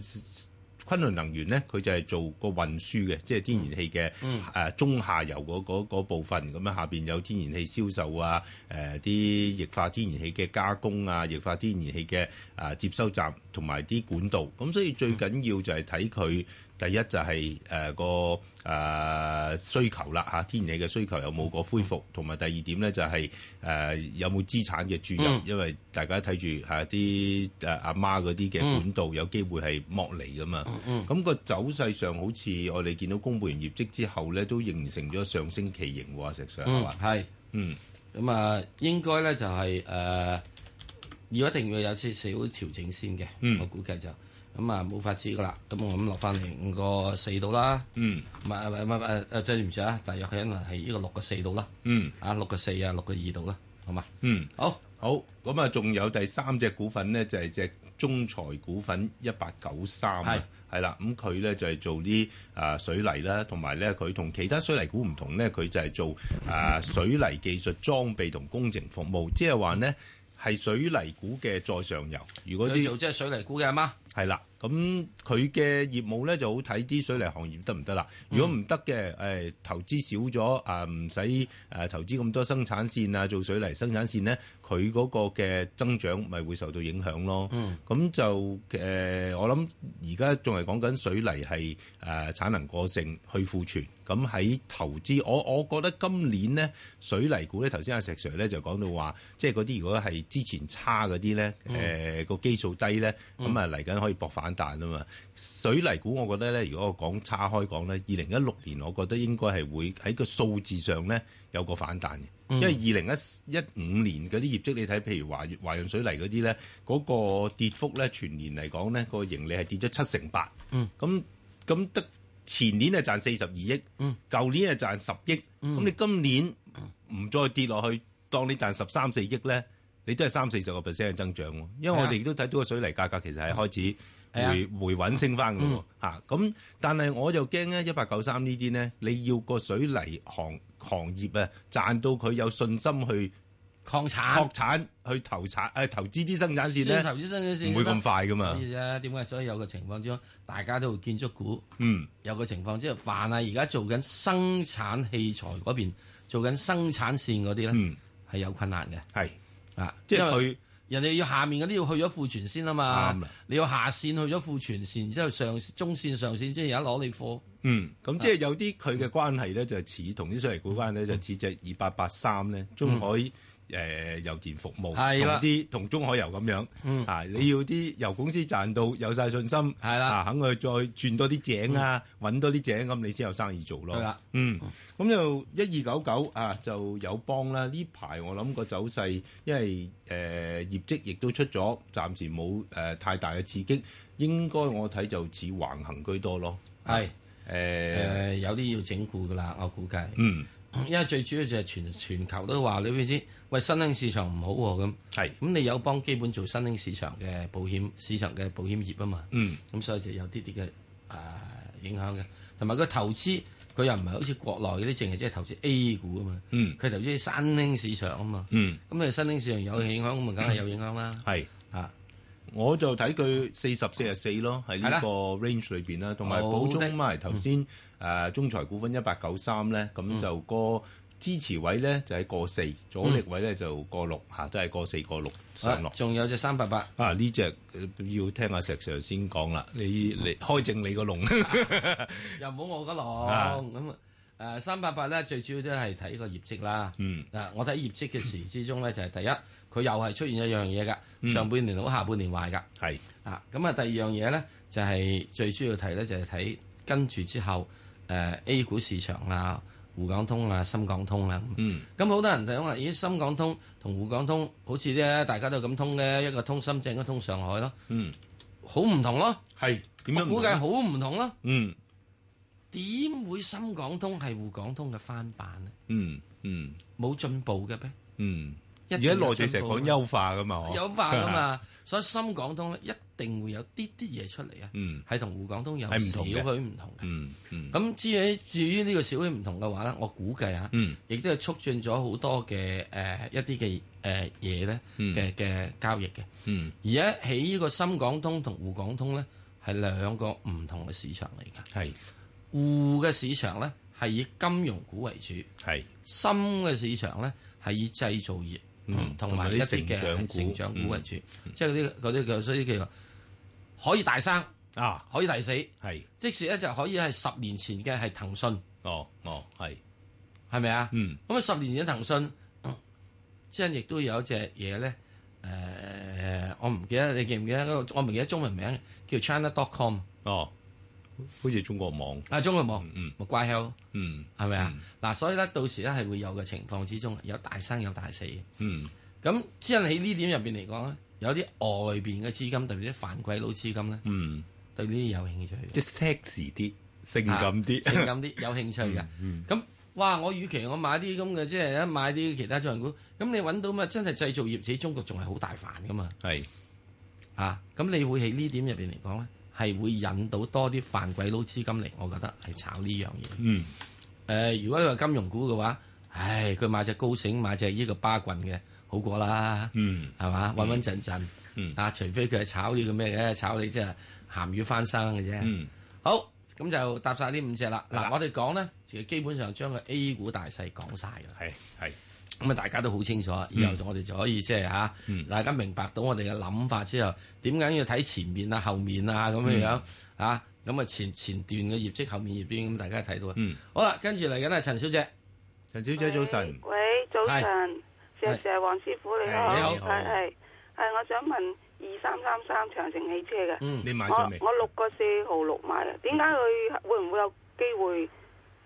[SPEAKER 4] 昆侖能源咧，佢就係做個運輸嘅，即係天然氣嘅誒中下游嗰嗰嗰部分咁樣，下邊有天然氣銷售啊，誒啲液化天然氣嘅加工啊，液化天然氣嘅啊接收站同埋啲管道，咁所以最緊要就係睇佢。第一就係誒個誒需求啦嚇，天然氣嘅需求有冇個恢復，同埋第二點咧就係、誒有冇資產嘅注入，
[SPEAKER 3] 嗯
[SPEAKER 4] 因為大家睇住嚇啲誒阿媽嗰啲嘅管道有機會係剝離噶嘛，咁、個走勢上好似我哋見到公佈完業績之後咧，都形成咗上升期型喎，石 Sir 係嘛？
[SPEAKER 3] 係。
[SPEAKER 4] 嗯
[SPEAKER 3] 咁啊，應該咧就係、誒、要一定要有少少調整先嘅。
[SPEAKER 4] 嗯
[SPEAKER 3] 我估計就咁啊，冇法子噶啦。咁我咁落翻嚟五個四度啦，
[SPEAKER 4] 嗯
[SPEAKER 3] 唔係唔係唔係誒誒，對唔住啊，大約係因為係呢個六個四度啦，
[SPEAKER 4] 嗯
[SPEAKER 3] 啊六個四啊，六個二度啦，好嘛？
[SPEAKER 4] 嗯，
[SPEAKER 3] 好，
[SPEAKER 4] 好咁啊，仲有第三隻股份咧，就係、只中材股份一八九三
[SPEAKER 3] 係
[SPEAKER 4] 啊。係啦，咁佢咧就係做啲啊水泥啦，同埋咧佢同其他水泥股唔同咧，佢就係做啊水泥技術裝備同工程服務，即係話咧係水泥股嘅再上游。如果
[SPEAKER 3] 佢做
[SPEAKER 4] 啲
[SPEAKER 3] 即係水泥股嘅阿媽，
[SPEAKER 4] 係啦，咁佢嘅業務咧就好睇啲水泥行業得唔得啦。如果唔得嘅，誒投資少咗啊，唔使誒投資咁多生產線啊，做水泥生產線咧，佢嗰個嘅增長咪會受到影響咯。
[SPEAKER 3] 嗯
[SPEAKER 4] 咁就誒、呃我諗而家仲係講緊水泥係誒、呃、產能過剩去庫存。咁喺投資，我我覺得今年呢水泥股咧，頭先阿石 Sir 咧就講到話，即係嗰啲如果係之前差嗰啲咧，誒個、基數低咧，咁啊嚟緊可以搏反彈啊嘛。水泥股我覺得咧，如果我講差開講咧，二零一六年我覺得應該係會喺個數字上咧有個反彈嘅，因為二零一一五年嗰啲業績你睇，譬如華潤華潤水泥嗰啲咧，嗰、個跌幅咧全年嚟講咧個盈利係跌咗七成八，
[SPEAKER 3] 嗯
[SPEAKER 4] 咁咁得前年係賺四十二億，
[SPEAKER 3] 嗯
[SPEAKER 4] 舊年係賺十億，咁你今年唔再跌落去，當你賺十三四億咧，你都係三四十個 percent 嘅增長喎。因
[SPEAKER 3] 係
[SPEAKER 4] 為
[SPEAKER 3] 啊
[SPEAKER 4] 我哋都睇到個水泥價格其實係開始
[SPEAKER 3] 係啊嗯
[SPEAKER 4] 回回穩升翻嘅喎嚇咁但係我就驚咧，一八九三呢啲咧，你要個水泥行行業啊賺到佢有信心去
[SPEAKER 3] 擴
[SPEAKER 4] 擴
[SPEAKER 3] 產
[SPEAKER 4] 產、去投產、誒投資啲生產線
[SPEAKER 3] 啊先投
[SPEAKER 4] 咧，
[SPEAKER 3] 資新嘅先，
[SPEAKER 4] 唔會咁快噶嘛
[SPEAKER 3] 所。以啫，點解？所以有個情況之中，大家都會建築股。
[SPEAKER 4] 嗯，
[SPEAKER 3] 有個情況即係，凡係而家做緊生產器材嗰邊，做緊生產線嗰啲咧，係
[SPEAKER 4] 嗯、
[SPEAKER 3] 有困難嘅
[SPEAKER 4] 係，
[SPEAKER 3] 啊！
[SPEAKER 4] 即係
[SPEAKER 3] 因為
[SPEAKER 4] 佢
[SPEAKER 3] 人哋要下面嗰啲要去咗庫存先啊嘛
[SPEAKER 4] 啱啦，
[SPEAKER 3] 你要下線去咗庫存線，然之後上中線上線，即係而家攞你貨。
[SPEAKER 4] 嗯，咁
[SPEAKER 3] 啊
[SPEAKER 4] 即係有啲佢嘅關係咧，就似同啲水泥股關係
[SPEAKER 3] 嗯
[SPEAKER 4] 咧，就似隻二八八三咧，中海誒油田服務
[SPEAKER 3] 係
[SPEAKER 4] 同
[SPEAKER 3] 啦
[SPEAKER 4] 啲同中海油咁樣
[SPEAKER 3] 嗯
[SPEAKER 4] 啊，你要啲油公司賺到有晒信心，
[SPEAKER 3] 係啦嗯
[SPEAKER 4] 啊肯去再轉多啲井啊，揾多啲井咁，你先有生意做咯。
[SPEAKER 3] 係啦，
[SPEAKER 4] 嗯，咁就一二九九啊，就友邦啦。呢排我諗個走勢，因為誒、呃、業績亦都出咗，暫時冇誒、呃太大嘅刺激，應該我睇就似橫行居多咯。
[SPEAKER 3] 係
[SPEAKER 4] 誒、
[SPEAKER 3] 誒、有啲要整固噶啦，我估計。
[SPEAKER 4] 啊嗯，
[SPEAKER 3] 因為最主要就係全全球都話你會知，喂新興市場唔好喎、咁。
[SPEAKER 4] 係
[SPEAKER 3] 咁你友邦基本做新興市場嘅保險市場嘅保險業啊嘛，
[SPEAKER 4] 嗯
[SPEAKER 3] 咁所以就有啲啲嘅誒影響嘅，同埋佢投資佢又唔係好似國內嗰啲，淨係即係投資 A 股啊嘛，
[SPEAKER 4] 嗯
[SPEAKER 3] 佢投資新興市場啊嘛，
[SPEAKER 4] 嗯
[SPEAKER 3] 咁你新興市場有影響，咁咪梗係有影響 啦，
[SPEAKER 4] 係，
[SPEAKER 3] 啊，
[SPEAKER 4] 我就睇佢四十四十四咯，喺
[SPEAKER 3] 係啦
[SPEAKER 4] 呢個 range 裏邊啦，同埋
[SPEAKER 3] 好
[SPEAKER 4] 補
[SPEAKER 3] 的嗯
[SPEAKER 4] 充埋頭先誒中財股份一八九三咧，咁就個支持位咧就喺個四，阻力位咧就個六
[SPEAKER 3] 嗯
[SPEAKER 4] 嚇，都係個四個六上
[SPEAKER 3] 好啦
[SPEAKER 4] 落。
[SPEAKER 3] 仲有隻三八八，
[SPEAKER 4] 啊！呢只要聽阿石 Sir 先講啦，你
[SPEAKER 3] 嗯
[SPEAKER 4] 你開正你個籠，
[SPEAKER 3] 又唔好我嗰
[SPEAKER 4] 啊
[SPEAKER 3] 浪咁啊。誒三八八咧，最主要都係睇個業績啦。
[SPEAKER 4] 嗯
[SPEAKER 3] 啊，我睇業績嘅時之中咧，就係第一，佢又係出現一樣嘢㗎，
[SPEAKER 4] 嗯
[SPEAKER 3] 上半年好，下半年壞㗎。
[SPEAKER 4] 係
[SPEAKER 3] 啊，咁啊第二樣嘢咧就係、最主要睇咧就係睇跟住之後誒、呃 A 股市場啊、滬港通啊、深港通啊。
[SPEAKER 4] 嗯，
[SPEAKER 3] 咁好多人睇話，咦深港通同滬港通好似咧，大家都咁通嘅，一個通深圳，一個通上海咯，
[SPEAKER 4] 嗯
[SPEAKER 3] 好唔同咯。
[SPEAKER 4] 係點
[SPEAKER 3] 我
[SPEAKER 4] 樣唔
[SPEAKER 3] 估
[SPEAKER 4] 同
[SPEAKER 3] 計
[SPEAKER 4] 呢
[SPEAKER 3] 好唔同咯。
[SPEAKER 4] 嗯
[SPEAKER 3] 點會深港通係滬港通嘅翻版呢？
[SPEAKER 4] 嗯嗯
[SPEAKER 3] 冇進步嘅咩？
[SPEAKER 4] 嗯，
[SPEAKER 3] 一
[SPEAKER 4] 而
[SPEAKER 3] 定
[SPEAKER 4] 家
[SPEAKER 3] 有
[SPEAKER 4] 內地成日
[SPEAKER 3] 進
[SPEAKER 4] 講
[SPEAKER 3] 步㗎
[SPEAKER 4] 優化噶嘛，嗬
[SPEAKER 3] 有化噶，嘛，所以深港通咧一定會有啲啲嘢出嚟啊，
[SPEAKER 4] 嗯
[SPEAKER 3] 係同滬港通有少
[SPEAKER 4] 係
[SPEAKER 3] 許
[SPEAKER 4] 唔同嘅
[SPEAKER 3] 唔同嘅。
[SPEAKER 4] 嗯嗯
[SPEAKER 3] 咁至於至於呢個小區唔同嘅話咧，我估計啊，
[SPEAKER 4] 嗯
[SPEAKER 3] 亦都係促進咗好多嘅誒、呃一啲嘅誒嘢咧
[SPEAKER 4] 嗯
[SPEAKER 3] 嘅嘅交易嘅。
[SPEAKER 4] 嗯。
[SPEAKER 3] 而家喺呢個深港通同滬港通咧，係兩個唔同嘅市場嚟㗎。
[SPEAKER 4] 係
[SPEAKER 3] 滬嘅市場咧係以金融股為主，
[SPEAKER 4] 係
[SPEAKER 3] 深嘅市場咧係以製造業
[SPEAKER 4] 嗯
[SPEAKER 3] 同埋、
[SPEAKER 4] 同埋
[SPEAKER 3] 一啲
[SPEAKER 4] 啲
[SPEAKER 3] 嘅
[SPEAKER 4] 成長股嗯
[SPEAKER 3] 成長股為主，即係嗰啲嗰啲叫所以叫做可以大生，
[SPEAKER 4] 啊，
[SPEAKER 3] 可以大死。
[SPEAKER 4] 係
[SPEAKER 3] 即使咧就可以係十年前嘅係騰訊，
[SPEAKER 4] 哦哦係，
[SPEAKER 3] 係咪啊？
[SPEAKER 4] 嗯
[SPEAKER 3] 咁啊，十年前嘅騰訊，之後亦都有一隻嘢咧，誒、我唔記得你記唔記得嗰個我唔記得中文名叫 China.com
[SPEAKER 4] 哦，好似中國網
[SPEAKER 3] 啊，中文網，
[SPEAKER 4] 嗯
[SPEAKER 3] 咪怪口
[SPEAKER 4] 嗯
[SPEAKER 3] 係咪啊？嗱、所以咧到時咧係會有嘅情況之中，有大生有大死嘅。
[SPEAKER 4] 嗯
[SPEAKER 3] 咁之後喺呢點入邊嚟講咧，有啲外邊嘅資金，特別啲犯鬼佬資金咧，
[SPEAKER 4] 嗯，
[SPEAKER 3] 對呢啲有興趣嘅。
[SPEAKER 4] 即係 sexy 啲，性感啲，
[SPEAKER 3] 啊
[SPEAKER 4] 嗯
[SPEAKER 3] 性感 啲，有興趣嘅。咁哇，我與其我買啲咁嘅，即係一買啲其他中人股，咁你揾到嘛？真係製造業自己中國仲係好大範噶嘛？
[SPEAKER 4] 係
[SPEAKER 3] 啊，咁你會喺呢點入邊嚟講咧，係會引到多啲犯鬼佬資金嚟，我覺得係炒呢樣嘢。
[SPEAKER 4] 嗯
[SPEAKER 3] 誒、如果你話金融股嘅話，唉，佢買只高盛，買隻呢個巴棍嘅，好過啦。
[SPEAKER 4] 嗯
[SPEAKER 3] 係嘛，穩穩陣陣。
[SPEAKER 4] 嗯
[SPEAKER 3] 啊，除非佢係炒呢個咩嘅，炒你即係鹹魚翻生嘅啫。
[SPEAKER 4] 嗯
[SPEAKER 3] 好，咁就搭晒呢五隻啦。
[SPEAKER 4] 係啦
[SPEAKER 3] 嗱，我哋講呢，其實基本上將個 A 股大勢講晒㗎啦。
[SPEAKER 4] 係嗯係
[SPEAKER 3] 咁啊，大家都好清楚，以後我哋就可以即係嚇，
[SPEAKER 4] 嗯
[SPEAKER 3] 大家明白到我哋嘅諗法之後，點解要睇前面啊、後面啊咁樣樣
[SPEAKER 4] 嗯
[SPEAKER 3] 啊？咁啊，前前段嘅業績，後面業績，咁大家睇到啊。
[SPEAKER 4] 嗯
[SPEAKER 3] 好啦，跟住嚟緊係啊陳小姐，
[SPEAKER 4] 陳小姐早晨，
[SPEAKER 6] 喂，早晨，石
[SPEAKER 3] 係
[SPEAKER 6] Sir 黃師傅你
[SPEAKER 4] 係
[SPEAKER 6] 好，
[SPEAKER 3] 你好
[SPEAKER 6] 係係係，我想問二三三三長城汽車嘅，
[SPEAKER 3] 嗯，
[SPEAKER 4] 你買
[SPEAKER 6] 我
[SPEAKER 4] 咗未？
[SPEAKER 6] 我六個四毫六買啊，點解佢會唔會有機會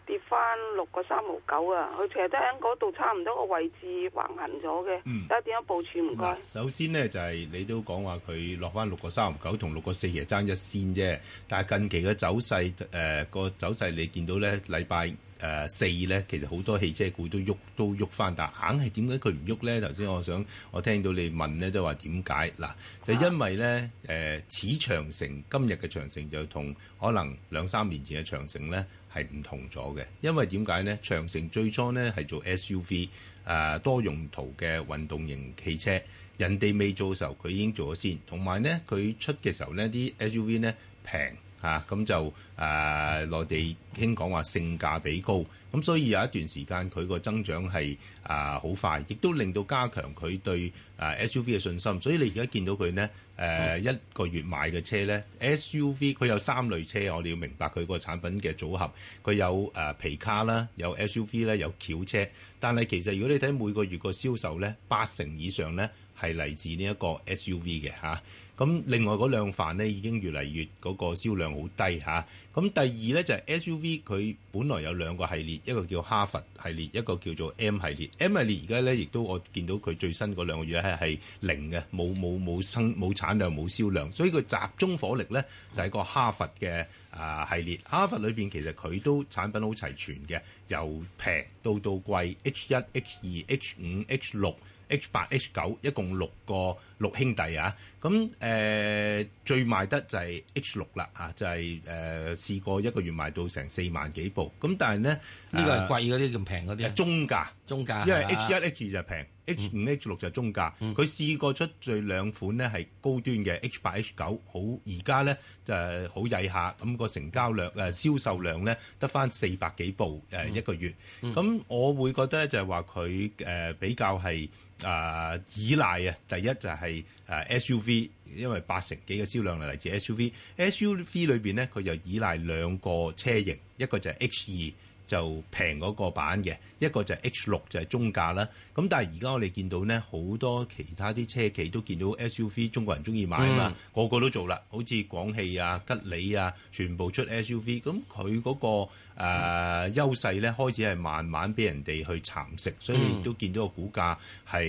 [SPEAKER 6] 跌翻六個三毫九啊？佢其實都喺嗰度差唔多個位置橫行咗嘅
[SPEAKER 4] 嗯，
[SPEAKER 6] 睇下點樣部署唔該
[SPEAKER 4] 嗱，。首先咧就係、你都講話佢落翻六個三毫九同六個四其實呃爭一線啫，但係近期嘅走勢誒個、走勢你見到咧禮拜誒四咧，其實好多汽車股都喐都喐翻，但係硬係點解佢唔喐咧？頭先我想我聽到你問咧，都話點解嗱？就因為咧誒、呃此長城今日嘅長城就同可能兩三年前嘅長城咧係唔同咗嘅，因為點解咧？長城最初咧係做 SUV 誒、呃多用途嘅運動型汽車。人哋未做嘅時候，佢已經做咗先。同埋咧，佢出嘅時候咧，啲 SUV 咧平嚇，咁、就誒、呃、內地興講話性價比高，咁所以有一段時間佢個增長係啊好快，亦都令到加強佢對啊 SUV 嘅信心。所以你而家見到佢咧誒一個月賣嘅車咧 SUV，佢有三類車，我哋要明白佢個產品嘅組合，佢有誒、呃皮卡啦，有 SUV 咧，有轎車。但係其實如果你睇每個月個銷售咧，八成以上咧。係嚟自呢一個 SUV 嘅嚇。咁、另外嗰兩範咧已經越嚟越嗰個銷量好低嚇。咁、第二咧就係、SUV 佢本來有兩個系列，一個叫哈佛系列，一個叫做 M 系列。M 系列而家咧亦都我見到佢最新嗰兩個月咧係零嘅，冇冇冇生冇產量冇銷量，所以佢集中火力咧就係、個哈佛嘅。啊系列，哈佛裏邊其實佢都產品好齊全嘅，由平到到貴，H 一、H 二、H 五、H 六、H 八、H 九，一共六個六兄弟啊！咁誒、呃最賣得就係 H 六啦，啊就係、誒、試過一個月賣到成四萬幾部，咁但係咧
[SPEAKER 3] 呢個係
[SPEAKER 4] 誒
[SPEAKER 3] 貴嗰啲，咁平嗰啲啊，
[SPEAKER 4] 中價。
[SPEAKER 3] 中價
[SPEAKER 4] 因為
[SPEAKER 3] 係嗯嘛
[SPEAKER 4] H 一 H 二就平，H 五 H 六就中價。佢試過出最兩款咧係高端嘅 H 八 H 九，好而家咧就係好曳下，咁個成交量誒銷售量咧得翻四百幾部
[SPEAKER 3] 嗯
[SPEAKER 4] 誒一個月。咁我會覺得咧就係話佢誒比較係誒依賴啊，第一就係呃誒 SUV。因為八成幾嘅銷量係嚟自 SUV，SUV 裏邊咧佢就依賴兩個車型，一個就係 H 二。就平嗰個版嘅，一個就係 H 六就係中價啦。咁但係而家我哋見到呢，好多其他啲車企都見到 SUV 中國人中意買啊嘛，個個都做啦，好似廣汽啊、吉利啊，全部出 SUV。咁佢嗰個誒、呃、優勢咧，開始係慢慢俾人哋去蠶食，所以你都見到個股價係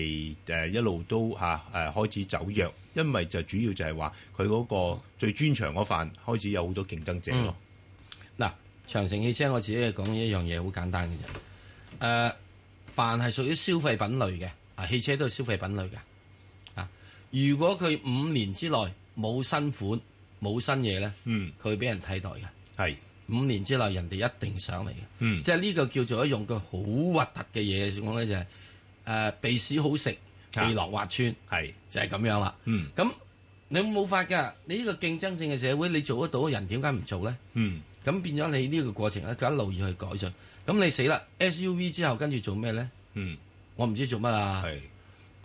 [SPEAKER 4] 誒、呃一路都嚇誒、呃、開始走弱，因為就主要就係話佢嗰個最專長嗰範開始有好多競爭者咯。
[SPEAKER 3] 嗱，長城汽車我自己係講一樣嘢好簡單嘅啫。誒、呃凡係屬於消費品類嘅，啊，汽車都係消費品類嘅。啊，如果佢五年之內冇新款、冇新嘢咧，
[SPEAKER 4] 嗯，
[SPEAKER 3] 佢會俾人替代嘅。
[SPEAKER 4] 係
[SPEAKER 3] 五年之內人哋一定上嚟嘅。
[SPEAKER 4] 嗯
[SPEAKER 3] 即係呢個叫做一用句好核突嘅嘢講咧，就係、誒鼻屎好食，鼻落滑穿，
[SPEAKER 4] 係
[SPEAKER 3] 就係咁樣啦。
[SPEAKER 4] 嗯
[SPEAKER 3] 咁你冇法㗎，你呢個競爭性嘅社會，你做得到嘅人點解唔做咧？
[SPEAKER 4] 嗯
[SPEAKER 3] 咁變咗你呢個過程咧，佢一路要去改進。咁你死啦！SUV 之後跟住做咩咧？
[SPEAKER 4] 嗯
[SPEAKER 3] 我唔知做乜啊。
[SPEAKER 4] 係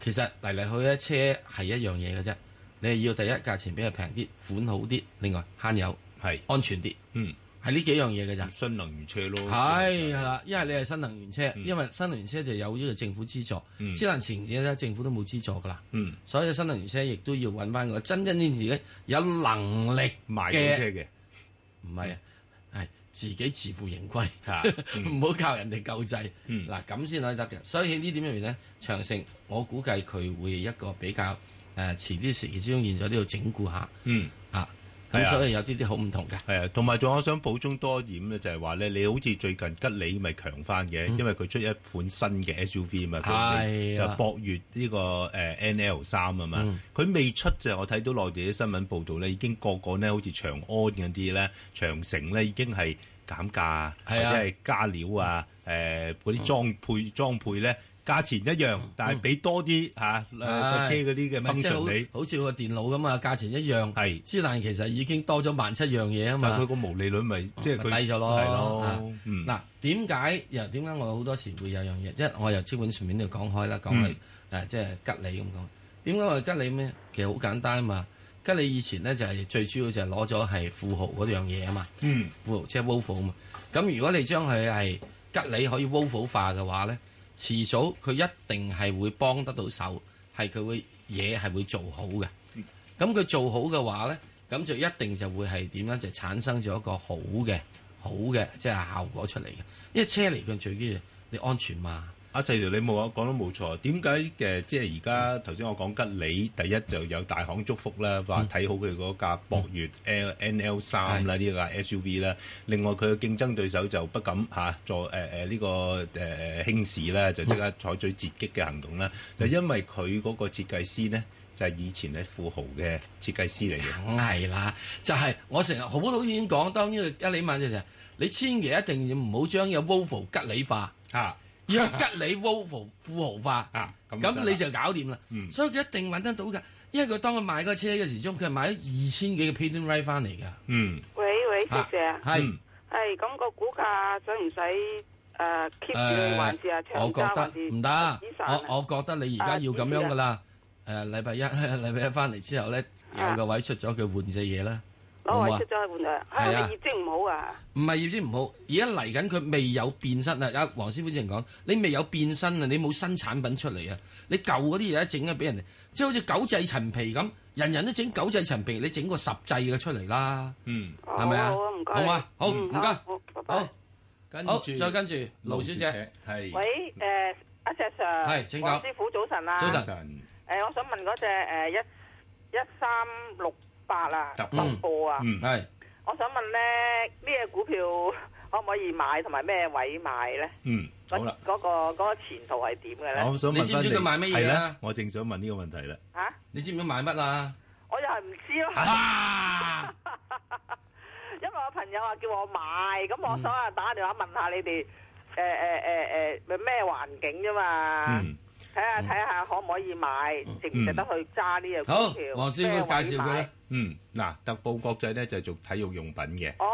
[SPEAKER 3] 其實嚟嚟去去咧，車係一樣嘢嘅啫。你係要第一價錢比較平啲，款好啲，另外慳油、
[SPEAKER 4] 係
[SPEAKER 3] 安全啲，
[SPEAKER 4] 嗯。
[SPEAKER 3] 係呢幾樣嘢嘅咋。
[SPEAKER 4] 新能源車咯，
[SPEAKER 3] 係係
[SPEAKER 4] 嗯
[SPEAKER 3] 啦，因為你係新能源車，因為新能源車就有呢個政府資助，之能前者咧政府都冇資助噶啦，
[SPEAKER 4] 嗯，
[SPEAKER 3] 所以新能源車亦都要揾翻個真真正正自己有能力
[SPEAKER 4] 賣到車
[SPEAKER 3] 嘅，
[SPEAKER 4] 嘅，
[SPEAKER 3] 唔係啊，係自己自負盈虧。
[SPEAKER 4] 嗯嚇，
[SPEAKER 3] 唔好靠人哋救濟，
[SPEAKER 4] 嗯
[SPEAKER 3] 嗱咁先可以得嘅。所以喺呢點入面咧，長城我估計佢會一個比較誒、呃、遲啲時期之中現在呢度整固下
[SPEAKER 4] 嗯。
[SPEAKER 3] 啊，
[SPEAKER 4] 係
[SPEAKER 3] 咁
[SPEAKER 4] 啊
[SPEAKER 3] 所以有啲啲好唔同嘅。
[SPEAKER 4] 係啊，同埋仲我想補充多一點咧，就係話咧，你好似最近吉利咪強翻嘅，因為佢出一款新嘅 SUV 啊嘛，佢
[SPEAKER 3] 嗯係
[SPEAKER 4] 就
[SPEAKER 3] 啊
[SPEAKER 4] 博越呢個誒 NL 三啊
[SPEAKER 3] 嗯
[SPEAKER 4] 嘛，佢未出就我睇到內地啲新聞報道咧，已經個個咧好似長安嗰啲咧、長城咧已經係減價或
[SPEAKER 3] 係啊
[SPEAKER 4] 者係加料啊，誒嗰啲裝配裝配咧價錢一樣，但係俾多啲嚇呃誒個車嗰啲嘅
[SPEAKER 3] 嗯咪即係
[SPEAKER 4] function 你。
[SPEAKER 3] 好好似個電腦咁啊，價錢一樣，
[SPEAKER 4] 係
[SPEAKER 3] 之但其實已經多咗萬七樣嘢啊
[SPEAKER 4] 但係佢
[SPEAKER 3] 嘛，
[SPEAKER 4] 個毛利率咪即係
[SPEAKER 3] 咪
[SPEAKER 4] 佢
[SPEAKER 3] 低咗咯。
[SPEAKER 4] 係咯
[SPEAKER 3] 啊，
[SPEAKER 4] 嗯
[SPEAKER 3] 嗱點解又點解我好多時會有樣嘢，即係我由資本上面度講開啦，講
[SPEAKER 4] 嗯
[SPEAKER 3] 係誒即係吉利咁講。點解我係吉利咩？其實好簡單啊嘛。吉利以前咧就係最主要就係攞咗係富豪嗰樣嘢啊嘛，
[SPEAKER 4] 嗯
[SPEAKER 3] 富豪即係 Volvo 啊嘛。咁如果你將佢係吉利可以 Volvo 化嘅話咧，遲早佢一定係會幫得到手，係佢會嘢係會做好嘅。咁佢做好嘅話咧，咁就一定就會係點咧？就產生咗一個好嘅、好嘅即係效果出嚟嘅。因為車嚟講最緊要你安全嘛，
[SPEAKER 4] 阿細條，你冇啊，講得冇錯。點解嘅？即係而家頭先我講吉利，第一就有大行祝福
[SPEAKER 3] 嗯
[SPEAKER 4] 啦，話睇好佢嗰架博越 L N L 三啦，呢架 S U V 啦。另外佢嘅競爭對手就不敢嚇做誒誒呢個誒誒輕視啦，就即
[SPEAKER 3] 嗯
[SPEAKER 4] 刻採取截擊嘅行動啦。就因為佢嗰個設計師呢，就係以前係富豪嘅設計師嚟嘅。
[SPEAKER 3] 梗係啦，就係、我成日好早已經講，當呢個吉利曼就係你千祈一定要唔好將有 Volvo 吉利化，
[SPEAKER 4] 啊
[SPEAKER 3] 要吉利 Volvo 富豪化，
[SPEAKER 4] 啊咁
[SPEAKER 3] 咁、
[SPEAKER 4] 得啦
[SPEAKER 3] 你就搞掂啦。
[SPEAKER 4] 嗯
[SPEAKER 3] 所以佢一定揾得到㗎，因為佢當佢買嗰個車嘅時鐘，佢係買咗二千幾嘅 patent right 翻嚟㗎。
[SPEAKER 4] 嗯
[SPEAKER 6] 喂喂，謝謝啊，
[SPEAKER 3] 係。
[SPEAKER 4] 嗯
[SPEAKER 6] 係咁個股價使唔
[SPEAKER 3] 誒，我覺
[SPEAKER 6] 使誒 keep 住還是啊長揸還
[SPEAKER 3] 得
[SPEAKER 6] 是
[SPEAKER 3] 唔得
[SPEAKER 6] 止，賺啊
[SPEAKER 3] 我我覺得你而家要咁樣噶啦。誒，禮拜一 禮拜一翻嚟之後咧，
[SPEAKER 6] 啊
[SPEAKER 3] 有個位出咗，佢換隻嘢啦。
[SPEAKER 6] 攞
[SPEAKER 3] 好
[SPEAKER 6] 位
[SPEAKER 3] 啊
[SPEAKER 6] 出咗去換啊，
[SPEAKER 3] 係啊
[SPEAKER 6] 啊你業績唔好啊，
[SPEAKER 3] 唔係業績唔好，而家嚟緊佢未有變身啊！阿黃師傅之前講，你未有變身啊，你冇新產品出嚟啊，你舊嗰啲嘢一整啊俾人哋，即係好似九製陳皮咁，人人都整九製陳皮，你整個十製嘅出嚟啦，
[SPEAKER 4] 嗯，
[SPEAKER 3] 係咪啊？
[SPEAKER 6] 好啊唔該
[SPEAKER 3] 好嘛，好
[SPEAKER 6] 嗯
[SPEAKER 3] 唔該，
[SPEAKER 6] 好好拜拜
[SPEAKER 3] 好
[SPEAKER 4] 跟
[SPEAKER 3] 好，
[SPEAKER 4] 住
[SPEAKER 3] 再跟住盧小姐，
[SPEAKER 4] 係
[SPEAKER 7] 喂，誒、阿石 Sir，
[SPEAKER 3] 係請講
[SPEAKER 7] 黃師傅早晨啊，
[SPEAKER 3] 早晨
[SPEAKER 4] 早晨
[SPEAKER 7] 誒、我想問嗰只誒一一三六八啊，
[SPEAKER 4] 特
[SPEAKER 7] 特
[SPEAKER 4] 步
[SPEAKER 7] 步啊，
[SPEAKER 4] 嗯
[SPEAKER 3] 係
[SPEAKER 7] 我想問咧，咩股票 可唔可以買，同埋咩位買咧？
[SPEAKER 4] 嗯，好
[SPEAKER 7] 嗰
[SPEAKER 4] 啦。
[SPEAKER 7] 嗰個嗰個前途係點嘅咧？
[SPEAKER 4] 我想問
[SPEAKER 3] 你知唔知佢
[SPEAKER 4] 返
[SPEAKER 3] 賣乜嘢啊
[SPEAKER 4] 係啦我正想問呢個問題啦。
[SPEAKER 7] 嚇，
[SPEAKER 3] 你知唔知買乜啊？
[SPEAKER 7] 我又係唔知咯，
[SPEAKER 3] 啊！
[SPEAKER 7] 因為我朋友話叫我買，咁我想啊打電話問下你哋誒誒誒誒咩環境啫嘛。
[SPEAKER 4] 嗯，
[SPEAKER 7] 睇下睇下可唔可以買，值唔值得去揸呢只股
[SPEAKER 3] 好，
[SPEAKER 7] 票？
[SPEAKER 3] 黃師
[SPEAKER 7] 咩
[SPEAKER 3] 傅
[SPEAKER 6] 啊
[SPEAKER 7] 位
[SPEAKER 3] 介紹佢
[SPEAKER 7] 買
[SPEAKER 3] 啦。。
[SPEAKER 4] 嗯，嗱，特步國際咧就係做體育用品嘅。嗯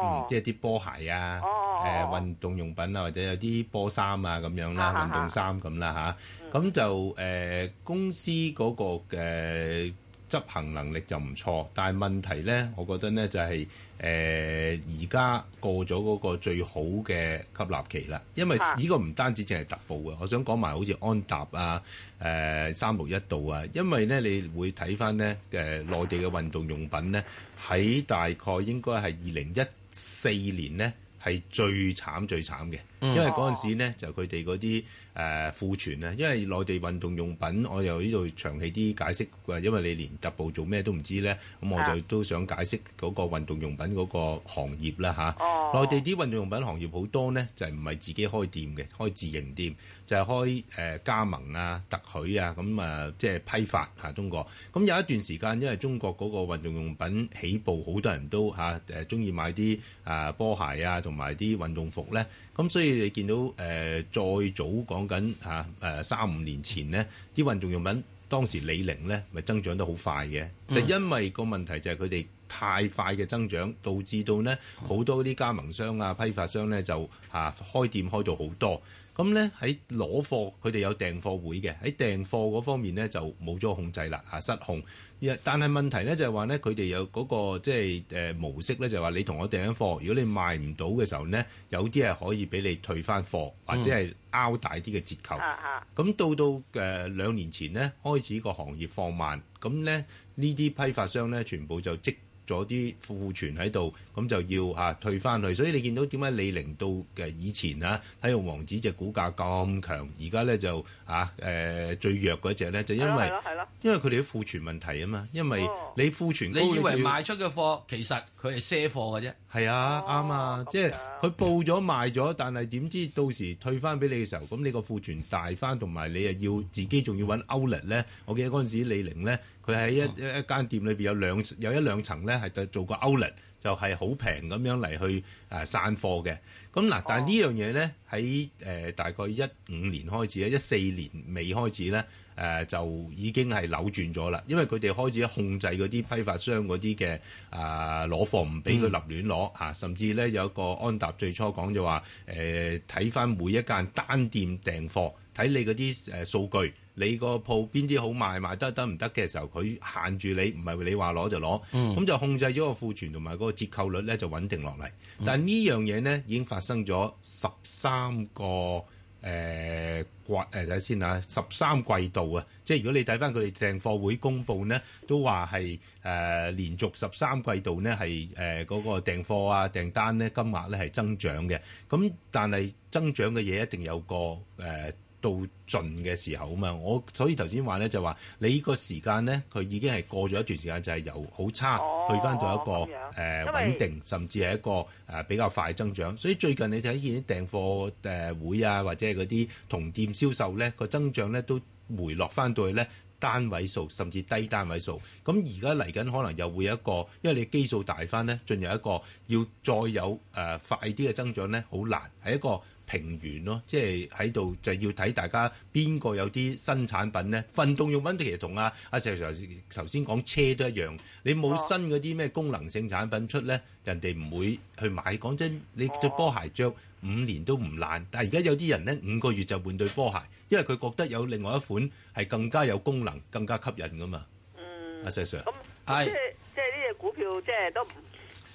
[SPEAKER 7] 哦，
[SPEAKER 4] 即係啲波鞋啊，
[SPEAKER 7] 哦
[SPEAKER 4] 誒運動用品啊，或者有啲波衫啊咁樣
[SPEAKER 7] 啊啊
[SPEAKER 4] 啦，
[SPEAKER 7] 啊嗯
[SPEAKER 4] 運動衫咁啦吓，咁就誒公司嗰個嘅執行能力就唔錯，但係問題咧，我覺得咧就係誒而家過咗嗰個最好嘅吸納期啦，因為
[SPEAKER 7] 啊
[SPEAKER 4] 呢個唔單止淨係特步嘅，我想講埋好似安踏啊、誒三六一度啊，因為咧你會睇翻咧誒內地嘅運動用品咧。喺大概應該係二零一四年呢，係最慘最慘嘅，因為嗰陣時呢，就佢哋嗰啲誒庫存啊，因為內地運動用品，我又呢度長氣啲解釋誒，因為你連特步做咩都唔知呢，咁我
[SPEAKER 7] 啊
[SPEAKER 4] 就都想解釋嗰個運動用品嗰個行業啦吓。
[SPEAKER 7] 哦
[SPEAKER 4] 內地啲運動用品行業好多呢，就係唔係自己開店嘅，開自營店，就係、開誒、呃加盟啊、特許啊，咁啊即係批發嚇、中國。咁有一段時間，因為中國嗰個運動用品起步，好多人都嚇誒中意買啲啊波鞋啊，同埋啲運動服呢。咁所以你見到誒、呃再早講緊嚇誒三五年前呢啲運動用品當時李寧呢咪增長得好快嘅，就因為個問題就係佢哋太快嘅增長，導致到呢好多啲加盟商啊、批發商呢就嚇、啊、開店開到好多。咁呢喺攞貨，佢哋有訂貨會嘅，喺訂貨嗰方面呢就冇咗控制啦，啊嚇失控。一但係問題咧就係話咧，佢哋有嗰、個即係誒呃模式咧，就係話你同我訂緊貨，如果你賣唔到嘅時候咧，有啲係可以俾你退翻貨，或者係拗大啲嘅折扣。
[SPEAKER 7] 啊啊，
[SPEAKER 4] 咁到到誒、呃、兩年前呢，開始個行業放慢，咁咧呢啲批發商咧全部就積咗啲庫存喺度，咁就要嚇、啊退翻去。所以你見到點解李寧到嘅以前啊，體育王子隻股價咁強，而家咧就嚇誒、呃最弱嗰只咧，就因
[SPEAKER 7] 係咯
[SPEAKER 4] 為
[SPEAKER 7] 係。咯係咯，
[SPEAKER 4] 因為佢哋啲庫存問題啊嘛，因為
[SPEAKER 7] 哦
[SPEAKER 4] 你庫存高，
[SPEAKER 3] 你以為
[SPEAKER 4] 就要
[SPEAKER 3] 賣出嘅貨，其實佢係賒貨嘅啫。
[SPEAKER 4] 係啊
[SPEAKER 7] 哦
[SPEAKER 4] 啱啊，
[SPEAKER 7] 咁
[SPEAKER 4] 即係
[SPEAKER 7] 樣
[SPEAKER 4] 佢報咗賣咗，但係點知到時退翻俾你嘅時候，咁你個庫存大翻，同埋你又要自己仲要揾 Outlet 咧。我記得嗰陣時李寧咧，佢喺一
[SPEAKER 7] 嗯
[SPEAKER 4] 一一間店裏邊有兩有一兩層咧係特做個 Outlet，就係好平咁樣嚟去誒散貨嘅。咁嗱，但係呢樣嘢咧喺誒大概一五年開始咧，一四年尾開始咧。誒、就已經係扭轉咗啦，因為佢哋開始控制嗰啲批發商嗰啲嘅啊攞貨唔俾佢立亂攞啊，甚至咧有一個安踏最初講就話誒睇翻每一間單店訂貨，睇你嗰啲誒數據。你個鋪邊啲好賣賣得得唔得嘅時候，佢限住你，唔係你話攞就攞，咁、就控制咗個庫存同埋嗰個折扣率咧就穩定落嚟。但係呢樣嘢呢，已經發生咗十三個誒季誒睇下先嚇，十三季度啊，即係如果你睇翻佢哋訂貨會公佈呢，都話係誒連續十三季度呢係誒嗰個訂貨啊訂單呢金額呢係增長嘅，咁但係增長嘅嘢一定有個誒、呃到盡嘅時候啊嘛。我所以頭先話咧就話，你個時間咧，佢已經係過咗一段時間，就係、由好差、
[SPEAKER 7] 哦
[SPEAKER 4] 去翻到一個
[SPEAKER 7] 咁
[SPEAKER 4] 誒、
[SPEAKER 7] 樣
[SPEAKER 4] 呃、
[SPEAKER 7] 因為
[SPEAKER 4] 穩定，甚至係一個誒、呃比較快增長。所以最近你睇見啲訂貨誒會啊，或者係嗰啲同店銷售咧，個增長咧都回落翻到去咧。單位數甚至低單位數，咁而家嚟緊可能又會有一個，因為你基數大翻咧，進入一個要再有誒、呃快啲嘅增長咧，好難，係一個平原咯，即係喺度就要睇大家邊個有啲新產品咧。運動用品其實同阿阿石 Sir 頭先講車都一樣，你冇
[SPEAKER 7] 哦
[SPEAKER 4] 新嗰啲咩功能性產品出咧，人哋唔會去買。講真，你對波鞋着五年都唔爛，但係而家有啲人咧五個月就換對波鞋，因為佢覺得有另外一款係更加有功能、更加吸引噶嘛。
[SPEAKER 7] 嗯
[SPEAKER 4] 阿，石 Sir，
[SPEAKER 7] 咁
[SPEAKER 3] 係
[SPEAKER 7] 即係即係呢只股票，即係都唔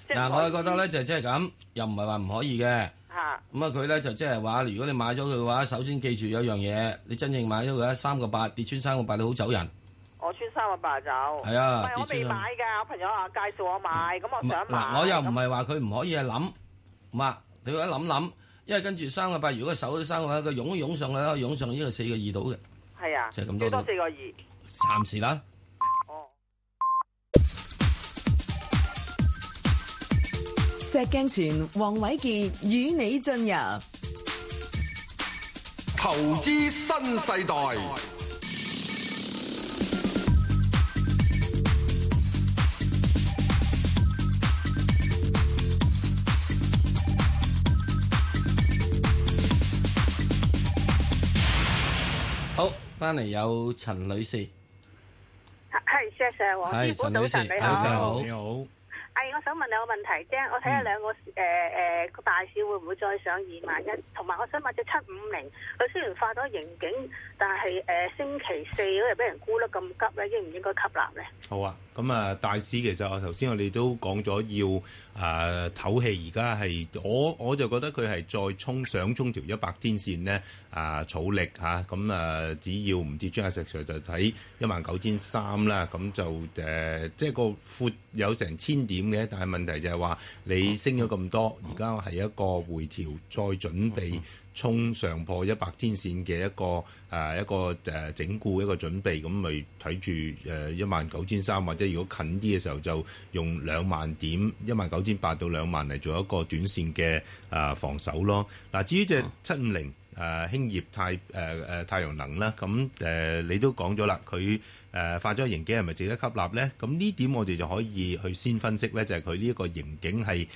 [SPEAKER 7] 即係
[SPEAKER 3] 哎嗱，
[SPEAKER 7] 可
[SPEAKER 3] 我
[SPEAKER 7] 以
[SPEAKER 3] 覺得咧就即係咁，又唔係話唔可以嘅。
[SPEAKER 7] 嚇
[SPEAKER 3] 咁啊，佢咧就即係話，如果你買咗佢嘅話，首先記住有樣嘢，你真正買咗佢啊三個八跌穿三個八，你好走人。
[SPEAKER 7] 我穿三個八走，係
[SPEAKER 3] 啊嗯
[SPEAKER 7] 唔係我
[SPEAKER 3] 跌
[SPEAKER 7] 未
[SPEAKER 3] 穿啊
[SPEAKER 7] 買㗎，我朋友話介紹我買，咁我想買，
[SPEAKER 3] 啊嗱，我又唔係話佢唔可以去諗，唔係你要一諗諗，因為跟住三個八，如果守咗三個八，佢湧一湧上去啦，湧上呢個四個二度嘅，
[SPEAKER 7] 係啊，
[SPEAKER 3] 就係咁
[SPEAKER 7] 最
[SPEAKER 3] 多
[SPEAKER 7] 多
[SPEAKER 3] 啫
[SPEAKER 7] 四個二。
[SPEAKER 3] 暫時啦。
[SPEAKER 7] 哦，
[SPEAKER 1] 石鏡前，黃偉傑與你進入
[SPEAKER 2] 投資新世代，
[SPEAKER 3] 好，翻嚟有陳女士，
[SPEAKER 8] 係 s i Sir 黃師
[SPEAKER 3] 係
[SPEAKER 8] 傅
[SPEAKER 3] 陳
[SPEAKER 8] 早
[SPEAKER 3] 女士，
[SPEAKER 8] 晨，你
[SPEAKER 3] 早晨
[SPEAKER 8] 好。
[SPEAKER 3] 好嗯
[SPEAKER 4] 你。好。
[SPEAKER 8] 係，我想問兩個問題啫。我睇下兩個誒誒個大市會唔會再上二萬一，同埋我想問只七五零，佢雖然發咗盈警，但係誒、呃星期四嗰日俾人沽得咁急咧，應唔應該吸納咧？
[SPEAKER 4] 好啊，咁啊，大市其實我頭先我哋都講咗要啊唞氣，而家係我我就覺得佢係再衝上衝條一百天線咧啊，儲力嚇，咁啊只要唔跌穿阿石 Sir 就睇一萬九千三啦，咁就誒、即係個闊有成千點嘅，但係問題就係話你升咗咁多，而家係一個回調，再準備。衝上破一百天線嘅一個誒、一個誒、整固一個準備，咁咪睇住誒一萬九千三或者如果近啲嘅時候就用兩萬點一萬九千八到兩萬嚟做一個短線嘅誒、呃防守咯。嗱、至於隻七五零。誒興業太誒誒、太陽能啦，咁誒、你都講咗啦，佢誒發咗盈警係咪值得吸納咧？咁呢點我哋就可以去先分析咧，就係佢呢一個盈警係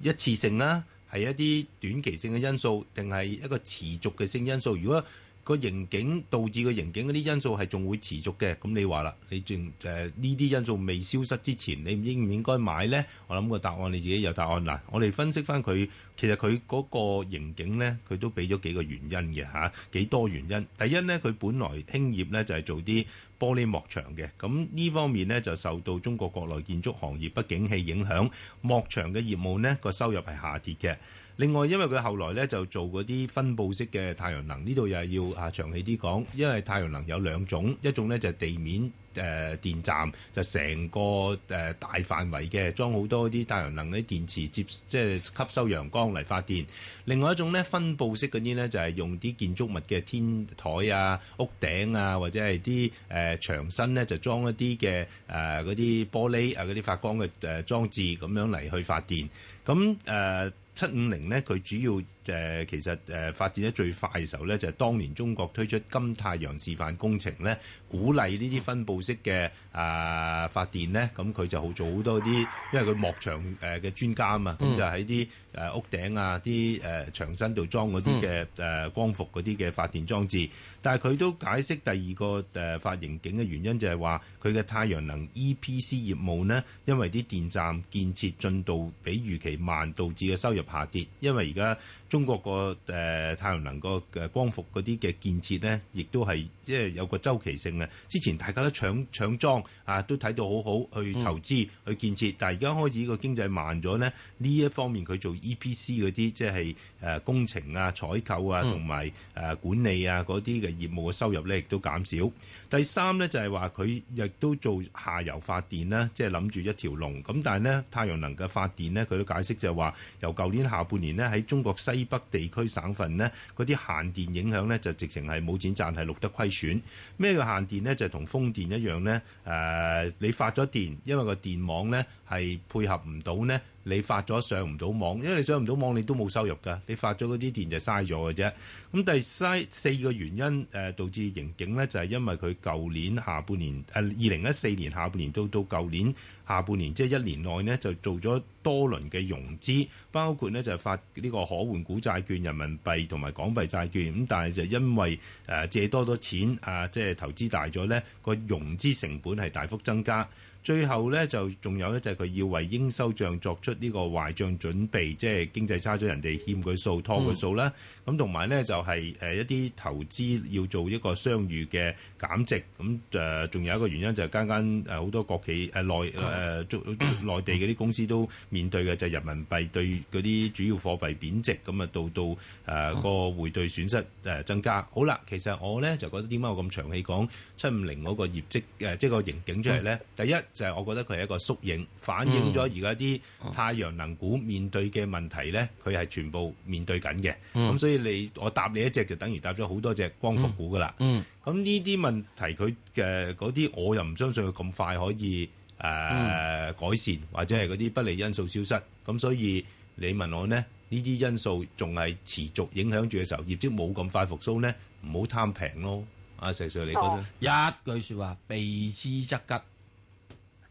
[SPEAKER 4] 一次性啦，係一啲短期性嘅因素，定係一個持續嘅性因素？如果個刑警導致個刑警嗰啲因素係仲會持續嘅，咁你話啦，你仲誒呢啲因素未消失之前，你應唔應該買呢？我諗個答案你自己有答案啦。我哋分析翻佢，其實佢嗰個刑警呢，佢都俾咗幾個原因嘅嚇，幾多原因。第一呢，佢本來興業呢就係做啲玻璃幕牆嘅，咁呢方面呢，就受到中國國內建築行業不景氣影響，幕牆嘅業務呢個收入係下跌嘅。另外，因為佢後來咧就做嗰啲分佈式嘅太陽能，呢度又係要啊長氣啲講，因為太陽能有兩種，一種咧就係地面誒、呃、電站，就成個誒、呃大範圍嘅裝好多啲太陽能啲電池接，即係吸收陽光嚟發電。另外一種咧分佈式嗰啲咧就係用啲建築物嘅天台啊、屋頂啊，或者係啲誒牆身咧就裝一啲嘅誒嗰啲玻璃啊、嗰啲發光嘅誒裝置咁樣嚟去發電。咁誒七五零咧，佢主要誒、呃其實誒、呃、發展得最快嘅時候咧，就係、當年中國推出金太陽示範工程咧，鼓勵呢啲分佈式嘅啊、發電咧，咁佢就好做好多啲，因為佢幕牆誒嘅專家啊嘛，咁、就喺啲誒屋頂啊、啲誒牆身度裝嗰啲嘅誒光伏嗰啲嘅發電裝置。但係佢都解釋第二個誒、呃、發盈警嘅原因就係話佢嘅太陽能 EPC 業務呢，因為啲電站建設進度比預期慢，導致嘅收入下跌。因為而家中國個誒、呃太陽能個誒光伏嗰啲嘅建設呢，亦都係即係有個周期性嘅。之前大家都搶 搶裝啊，都睇到好好去投資、去建設，但係而家開始個經濟慢咗呢，呢一方面佢做 EPC 嗰啲即係誒工程啊、採購啊同埋誒管理啊嗰啲嘅業務嘅收入咧，亦都減少。第三咧就係話佢亦都做下游發電啦，即係諗住一條龍。咁但係咧，太陽能嘅發電咧，佢都解釋就係話，由舊年下半年咧喺中國西西北地區省份呢，嗰啲限電影響呢，就直情係冇錢賺，係錄得虧損。咩叫限電呢？就係同風電一樣呢。誒、你發咗電，因為個電網呢係配合唔到呢。你發咗上唔到網，因為你上唔到網，你都冇收入㗎。你發咗嗰啲電就嘥咗嘅啫。咁第三四個原因誒、呃導致刑警呢，就係、因為佢舊年下半年誒呃二零一四年下半年到到舊年下半年，即係一年內呢，就做咗多輪嘅融資，包括呢就係發呢個可換股債券、人民幣同埋港幣債券。咁但係就因為誒、呃借多咗錢啊，即係投資大咗呢，個融資成本係大幅增加。最後咧就仲有咧就係佢要為應收帳作出呢個壞帳準備，即係經濟差咗人哋欠佢數、拖佢數啦。咁同埋咧就係誒一啲投資要做一個相遇嘅減值。咁誒仲有一個原因就係間間誒好多國企誒內誒中內地嗰啲公司都面對嘅就係人民幣對嗰啲主要貨幣貶值，咁啊到到誒個匯兌損失誒增加。好啦，其實我咧就覺得點解我咁長氣講七五零嗰個業績誒，即係個盈警出嚟咧？第一就係我覺得佢係一個縮影，反映咗而家啲
[SPEAKER 3] 哦
[SPEAKER 4] 太陽能股面對嘅問題咧，佢係全部面對緊嘅。咁、
[SPEAKER 3] 嗯
[SPEAKER 4] 所以你我答你一隻就等於答咗好多隻光伏股噶啦。
[SPEAKER 3] 嗯
[SPEAKER 4] 咁呢啲問題佢嘅嗰啲，我又唔相信佢咁快可以誒、
[SPEAKER 3] 嗯
[SPEAKER 4] 呃改善，或者係嗰啲不利因素消失。咁所以你問我呢，呢啲因素仲係持續影響住嘅時候，業績冇咁快復甦呢，唔好貪平咯。阿石 Sir，你覺得呢？
[SPEAKER 3] 一句説話，避之則吉。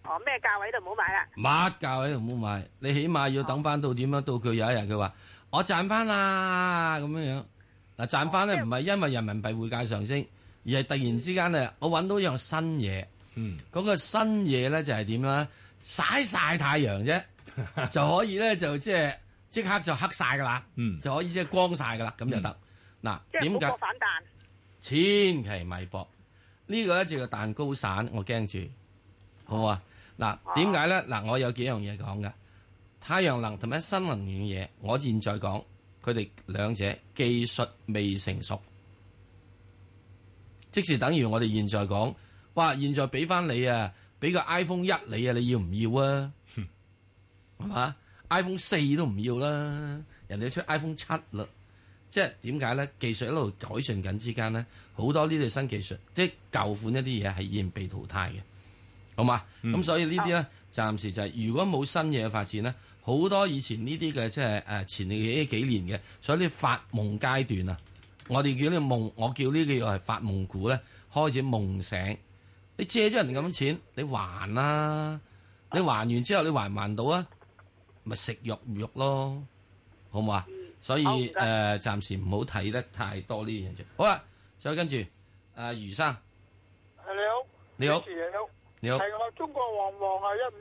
[SPEAKER 5] 哦，咩價位就唔好買啦。
[SPEAKER 3] 乜教喺度唔好買，你起碼要等翻到點樣？到佢有一日佢話我賺翻啦咁樣樣。嗱賺翻
[SPEAKER 5] 哦
[SPEAKER 3] 咧唔係因為人民幣匯價上升，而係突然之間咧我揾到一樣新嘢。
[SPEAKER 4] 嗯，
[SPEAKER 3] 嗰個新嘢咧就係點咧？曬晒太陽 啫，就可以咧就即係即刻就黑晒噶啦，
[SPEAKER 4] 嗯
[SPEAKER 3] 就可以即係光晒噶啦，咁就得。嗱
[SPEAKER 5] 即係
[SPEAKER 3] 點
[SPEAKER 5] 冇
[SPEAKER 3] 解
[SPEAKER 5] 個？反彈，
[SPEAKER 3] 千祈咪搏。呢、個咧就叫蛋糕散，我驚住，好唔好啊？嗱，點解咧？嗱，我有幾樣嘢講嘅，太陽能同埋新能源嘅嘢，我現在講佢哋兩者技術未成熟，即是等於我哋現在講，哇！現在俾翻你啊，俾個 iPhone 一你啊，你要唔要啊？ 係嘛？iPhone 四都唔要啦，人哋出 iPhone 七啦。即係點解咧？技術一路改進緊之間咧，好多呢啲新技術，即係舊款一啲嘢係已經被淘汰嘅，好嘛？咁、所以呢啲咧，暫時就係、如果冇新嘢嘅發展咧，好多以前呢啲嘅即係誒前幾幾年嘅，所以呢發夢階段啊，我哋叫呢個夢，我叫呢個係發夢股咧，開始夢醒。你借咗人咁錢，你還啦、你還完之後，你還唔還到啊？咪食肉唔肉咯，好唔好啊？所以
[SPEAKER 5] 好唔
[SPEAKER 3] 誒、
[SPEAKER 5] 該
[SPEAKER 3] 呃，暫時唔好睇得太多呢樣嘢。好啦，再跟住阿余生，
[SPEAKER 9] 你好，
[SPEAKER 3] 你好
[SPEAKER 9] 主持人你好，
[SPEAKER 3] 你好，
[SPEAKER 9] 係我中國旺旺啊，一五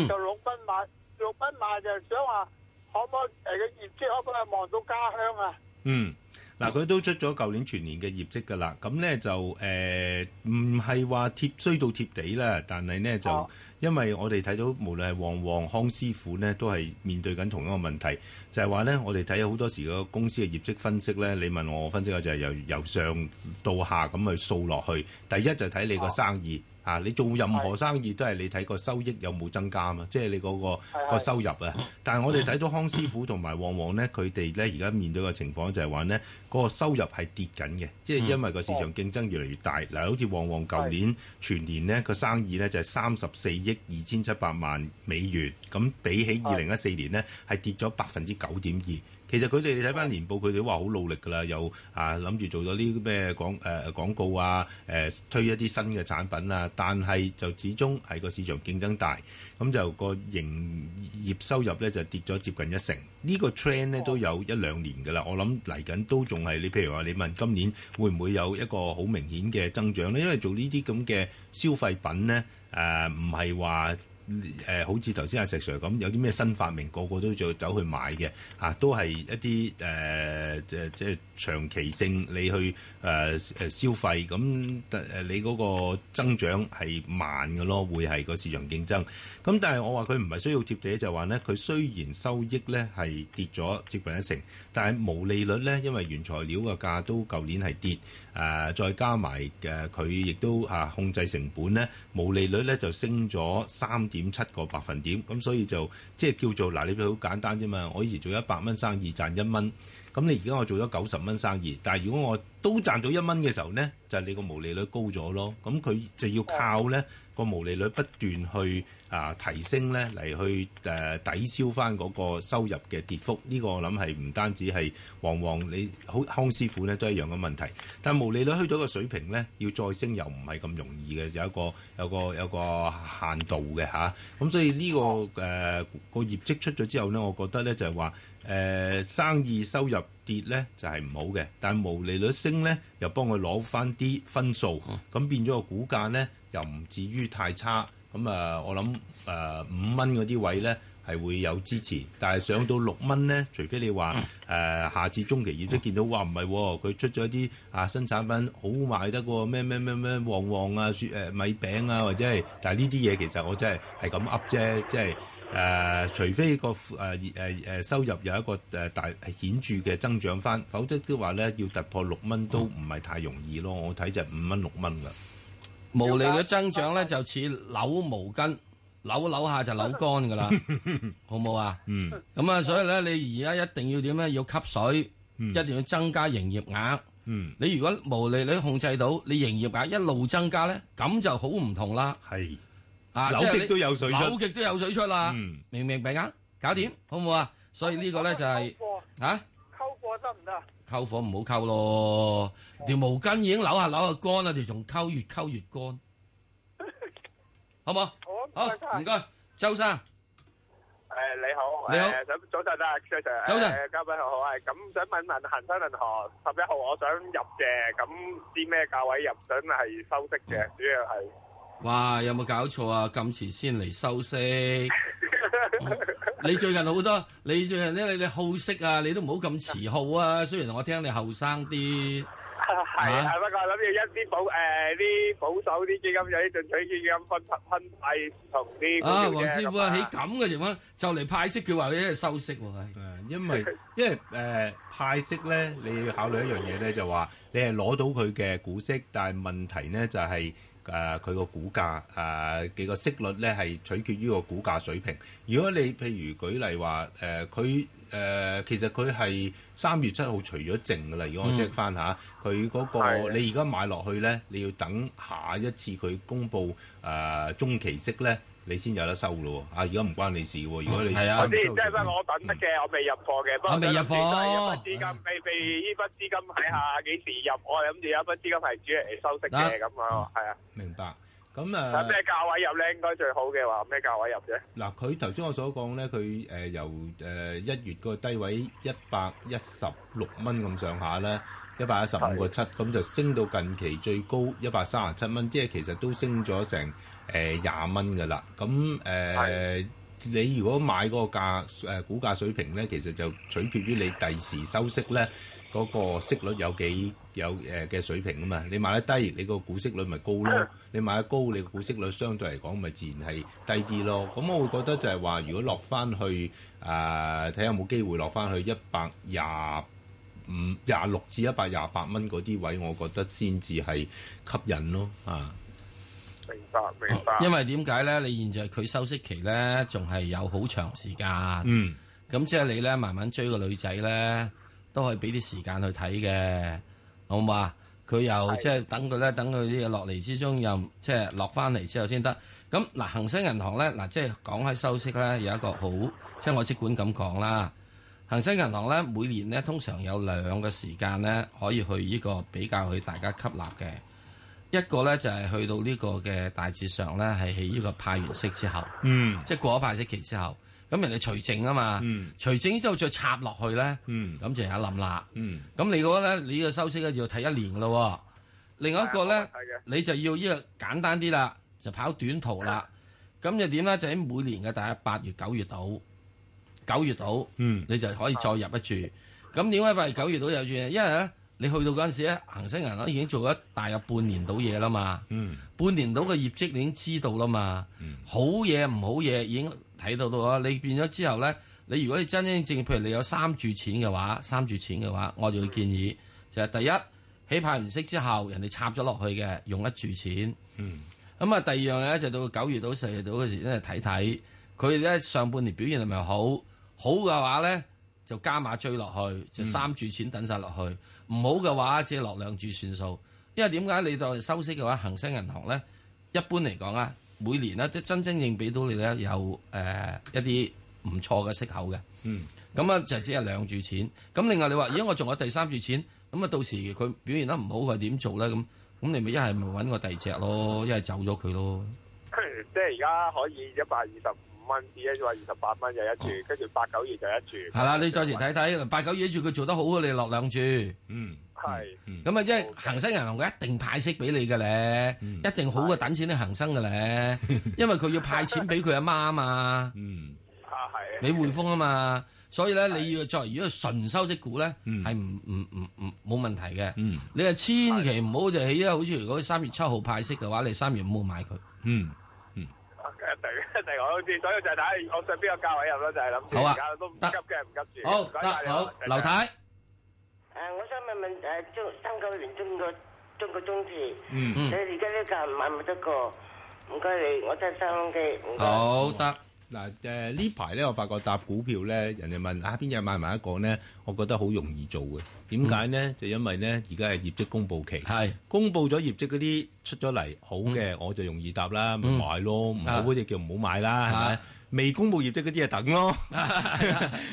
[SPEAKER 3] 嗯
[SPEAKER 9] 一就六蚊買，六蚊買就想話可唔可誒個業績可唔可以望到家鄉啊？
[SPEAKER 4] 嗯，嗱，佢都出咗舊年全年嘅業績㗎啦，咁咧就誒唔係話貼衰到貼地啦，但係咧就、
[SPEAKER 9] 哦
[SPEAKER 4] 因為我哋睇到無論係旺旺康師傅咧，都係面對緊同一個問題，就係話咧，我哋睇好多時個公司嘅業績分析咧，你問我我分析嘅就係由由上到下咁去掃落去，第一就睇你
[SPEAKER 9] 哦
[SPEAKER 4] 個生意。啊！你做任何生意都係你睇個收益有冇增加嘛，即係你嗰、個
[SPEAKER 9] 係嗯
[SPEAKER 4] 個收入啊。但係我哋睇到康師傅同埋旺旺咧，佢哋咧而家面對嘅情況就係話咧，嗰個收入係跌緊嘅，即係因為個市場競爭越嚟越大。嗱，好似旺旺舊年全年咧個生意咧就係三十四億二千七百萬美元，咁比起二零一四年咧係跌咗百分之九點二。其實佢哋你睇翻年報，佢哋都話好努力㗎啦，又啊諗住做咗呢啲咩廣誒、呃、廣告啊，誒、推一啲新嘅產品啊，但係就始終係個市場競爭大，咁就個營業收入咧就跌咗接近一成。呢、個 trend 咧都有一兩年㗎啦，我諗嚟緊都仲係你譬如話你問今年會唔會有一個好明顯嘅增長咧？因為做呢啲咁嘅消費品咧，誒唔係話。誒、好似頭先阿石 Sir 咁，有啲咩新發明，個個都要走去買嘅，啊，都係一啲誒、呃、即即係長期性你去誒誒、呃消費，咁誒你嗰個增長係慢嘅咯，會係個市場競爭。咁但係我話佢唔係需要貼地，就係話咧，佢雖然收益咧係跌咗接近一成，但係毛利率咧，因為原材料嘅價都舊年係跌，誒、啊再加埋誒佢亦都啊控制成本咧，毛利率咧就升咗三點七個百分點，咁所以就即係叫做嗱，你好簡單啫嘛，我以前做一百蚊生意賺一蚊。咁你而家我做咗九十蚊生意，但係如果我都賺到一蚊嘅時候呢，就係、你個毛利率高咗咯。咁佢就要靠呢個毛利率不斷去啊提升呢嚟去誒、呃抵消翻嗰個收入嘅跌幅。呢、個我諗係唔單止係往往你好康師傅呢都一樣嘅問題。但係毛利率去到一個水平呢，要再升又唔係咁容易嘅，有一個有個有個限度嘅吓。咁、所以呢、個誒個、業績出咗之後呢，我覺得呢就係話誒呃生意收入跌呢就係唔好嘅，但係毛利率升呢，又幫佢攞翻啲分數，咁變咗個股價呢，又唔至於太差。咁啊、我諗誒五蚊嗰啲位呢。係會有支持，但係上到六蚊咧，除非你話誒、呃下次中期業績見到，哇唔係喎，佢出咗一啲啊新產品好賣得喎，咩咩咩咩旺旺啊，雪誒、米餅啊，或者係，但係呢啲嘢其實我真係係咁噏啫，即係。誒、呃除非呃個誒誒誒收入有一個誒大顯著嘅增長翻，否則的話咧，要突破六蚊都唔係太容易咯。我睇就係五蚊六蚊啦。
[SPEAKER 3] 毛利率增長咧就 似扭毛巾，扭扭下就扭乾噶啦，好冇啊？
[SPEAKER 4] 嗯
[SPEAKER 3] 咁啊，所以咧，你而家一定要點咧？要吸水，
[SPEAKER 4] 嗯
[SPEAKER 3] 一定要增加營業額。
[SPEAKER 4] 嗯，
[SPEAKER 3] 你如果毛利率控制到，你營業額一路增加咧，咁就好唔同啦。
[SPEAKER 4] 係
[SPEAKER 3] 啊，
[SPEAKER 4] 扭
[SPEAKER 3] 即係
[SPEAKER 4] 極
[SPEAKER 3] 你
[SPEAKER 4] 都有水出
[SPEAKER 3] 扭極都有水出啦。
[SPEAKER 4] 嗯
[SPEAKER 3] 明唔明白啊？搞掂，好唔好啊？所以呢個咧就係
[SPEAKER 9] 貨
[SPEAKER 3] 啊，
[SPEAKER 9] 溝貨得唔得？
[SPEAKER 3] 溝火唔好溝咯，條毛巾已經扭下扭下乾啦，條仲溝越溝越 乾，好冇？
[SPEAKER 9] 好唔該
[SPEAKER 3] 好，唔該，周生。
[SPEAKER 9] 诶，你好，
[SPEAKER 3] 你好
[SPEAKER 9] 誒想早晨啊，Sir，
[SPEAKER 3] 早晨
[SPEAKER 9] 誒嘉賓好好，係咁想問問恒生銀行十一號我想入嘅，咁知咩價位入？想係收息嘅，主要係
[SPEAKER 3] 哇！有冇搞錯啊？咁遲先嚟收息，你最近好多，你最近咧，你你好色啊，你都唔好咁遲好啊。雖然我聽你後生啲，
[SPEAKER 9] 係
[SPEAKER 3] 啊
[SPEAKER 9] 係不過諗住一啲保誒啲保守啲基金有啲進取基金分分派同啲
[SPEAKER 3] 啊，
[SPEAKER 9] 股
[SPEAKER 3] 黃
[SPEAKER 9] 票啫
[SPEAKER 3] 師傅
[SPEAKER 9] 咁
[SPEAKER 3] 啊，喺咁嘅情況就嚟派息，佢話佢係收息喎、唉
[SPEAKER 4] 誒，呃因 為因為誒、派息咧，你要考慮一樣嘢咧，就話你係攞到佢嘅股息，但係問題咧就係誒佢個股價誒嘅個息率咧係取決於個股價水平。如果你譬如舉例話誒，佢、誒其實佢係三月七號除咗淨㗎啦，如果我 check 翻下佢嗰
[SPEAKER 9] 係
[SPEAKER 4] 個你而家買落去咧，你要等下一次佢公布誒、呃中期息咧，你先有得收咯喎。啊，而家唔關你事喎，如果你
[SPEAKER 3] 係啊
[SPEAKER 9] 我
[SPEAKER 4] 分唔
[SPEAKER 9] 知，
[SPEAKER 4] 收
[SPEAKER 9] 即哦
[SPEAKER 4] 就
[SPEAKER 9] 係不過我等得嘅，我未入貨嘅。不過
[SPEAKER 3] 啊未入貨
[SPEAKER 9] 我諗住都係一筆資金，未未呢筆資金睇下幾時入，我諗住有一筆資金係主要嚟收息嘅咁啊，係啊。
[SPEAKER 4] 明白。咁
[SPEAKER 3] 啊
[SPEAKER 9] 睇
[SPEAKER 4] 誒
[SPEAKER 9] 啊咩價位入咧，應該最好嘅話，咩價位入啫？
[SPEAKER 4] 嗱，佢頭先我所講咧，佢誒由誒一月個低位一百一十六蚊咁上下咧，一百一十五個七，咁就升到近期最高一百三十七蚊，即係其實都升咗成誒呃廿蚊噶啦。咁誒、
[SPEAKER 9] 係
[SPEAKER 4] 你如果買嗰個價誒、股價水平咧，其實就取決於你第時收息咧。嗰個息率有幾有誒嘅水平啊嘛，你買得低，你個股息率咪高咯；你買得高，你個股息率相對嚟講咪自然係低啲咯。咁我會覺得就係話，如果落翻去啊誒睇下有冇機會落翻去一百廿五、廿六至一百廿八蚊嗰啲位，我覺得先至係吸引咯啊！
[SPEAKER 9] 明白，明白。
[SPEAKER 3] 哦因為點解咧？你現在佢收息期咧，仲係有好長時間。
[SPEAKER 4] 嗯，
[SPEAKER 3] 咁即係你咧，慢慢追個女仔咧，都可以俾啲時間去睇嘅，好嘛？佢又即係等佢咧，等佢啲嘢落嚟之中，又即係落翻嚟之後先得。咁嗱，恒生銀行咧，嗱即係講喺收息咧，有一個好，即係我即管咁講啦。恒生銀行咧，每年咧通常有兩個時間咧，可以去呢個比較去大家吸納嘅。一個咧就係、去到呢個嘅大致上咧，係喺呢個派完息之後。
[SPEAKER 4] 嗯
[SPEAKER 3] 即係過咗派息期之後，咁人哋除淨啊嘛，
[SPEAKER 4] 嗯
[SPEAKER 3] 除淨之後再插落去咧，
[SPEAKER 4] 嗯
[SPEAKER 3] 咁就有一冧啦。
[SPEAKER 4] 嗯
[SPEAKER 3] 咁你嗰咧，你嘅收息咧就要睇一年咯喎。另外一個咧
[SPEAKER 9] 啊係嘅，
[SPEAKER 3] 你就要呢個簡單啲啦，就跑短途啦。咁就點咧？就喺每年嘅大約八月、九月度，九月度，
[SPEAKER 4] 嗯
[SPEAKER 3] 你就可以再入一注。咁點解八月、九月度有注呢？因為咧，你去到嗰陣時咧，恒生銀行已經做咗大約半年到嘢啦嘛。
[SPEAKER 4] 嗯
[SPEAKER 3] 半年到嘅業績你已經知道啦嘛，好嘢唔好嘢已經睇到到啦。你變咗之後咧，你如果你真真正正，譬如你有三注錢嘅話，三注錢嘅話，我就會建議就係、第一，起派完息之後，人哋插咗落去嘅，用一注錢。
[SPEAKER 4] 嗯。
[SPEAKER 3] 咁啊，第二樣咧就到九月到四月到嗰時咧睇睇，佢咧上半年表現係咪好？好嘅話咧，就加碼追落去，就三注錢等晒落去。唔好嘅話，只係落兩注算數。因為點解你就收息嘅話，恒生銀行咧一般嚟講啊，每年咧即真真正俾到你咧有誒、呃一啲唔錯嘅息口嘅。
[SPEAKER 4] 嗯。
[SPEAKER 3] 咁啊，就只係兩注錢。咁另外你話，咦，我仲有第三注錢，咁啊，到時佢表現得唔好，佢點做咧？咁咁你咪一係咪揾個第二隻咯，一係走咗佢咯。
[SPEAKER 9] 即係而家可以一百二十五蚊至一百二十八蚊就一注，跟住八九二就一注。
[SPEAKER 3] 哦係啦，你再時睇睇八九月住佢做得好嘅，你落兩注。
[SPEAKER 4] 嗯，
[SPEAKER 9] 係
[SPEAKER 3] 咁啊，即係恒生銀行佢一定派息俾你嘅咧，一定好過等錢啲恒生嘅咧，因為佢要嗯派錢俾佢阿媽啊嘛，
[SPEAKER 4] 嗯，
[SPEAKER 9] 啊係。
[SPEAKER 3] 俾匯豐啊嘛，所以咧你要作為如果純收息股咧，係唔唔唔唔冇問題嘅。
[SPEAKER 4] 嗯
[SPEAKER 3] 你係千祈唔好就起啊，好似如果三月七號派息嘅話，你三月五號買佢，
[SPEAKER 4] 嗯，
[SPEAKER 9] 一定一定我好似，所以就係睇我上邊個價位入咯，就係諗住
[SPEAKER 3] 好啊
[SPEAKER 9] 而家都唔急嘅，唔急住。
[SPEAKER 3] 好
[SPEAKER 9] 唔該晒
[SPEAKER 3] 得
[SPEAKER 9] 你啊
[SPEAKER 3] 好
[SPEAKER 9] 石，Sir
[SPEAKER 3] 劉太
[SPEAKER 10] 誒，呃我想問問誒中三九年中國中國中鐵，
[SPEAKER 4] 嗯
[SPEAKER 10] 你而家呢價買唔得個？唔該你，我真係收音機，唔該。
[SPEAKER 3] 好得
[SPEAKER 4] 嗱誒呢排咧，我發覺搭股票咧，人哋問啊邊日買埋一個咧，我覺得好容易做嘅。點解咧？就因為咧，而家係業績公佈期，
[SPEAKER 3] 係
[SPEAKER 4] 公佈咗業績嗰啲出咗嚟好嘅，我就容易搭啦，咪買咯；唔好嗰只叫唔好買啦，係咪
[SPEAKER 3] 啊？
[SPEAKER 4] 未公佈業績嗰啲就啊等咯。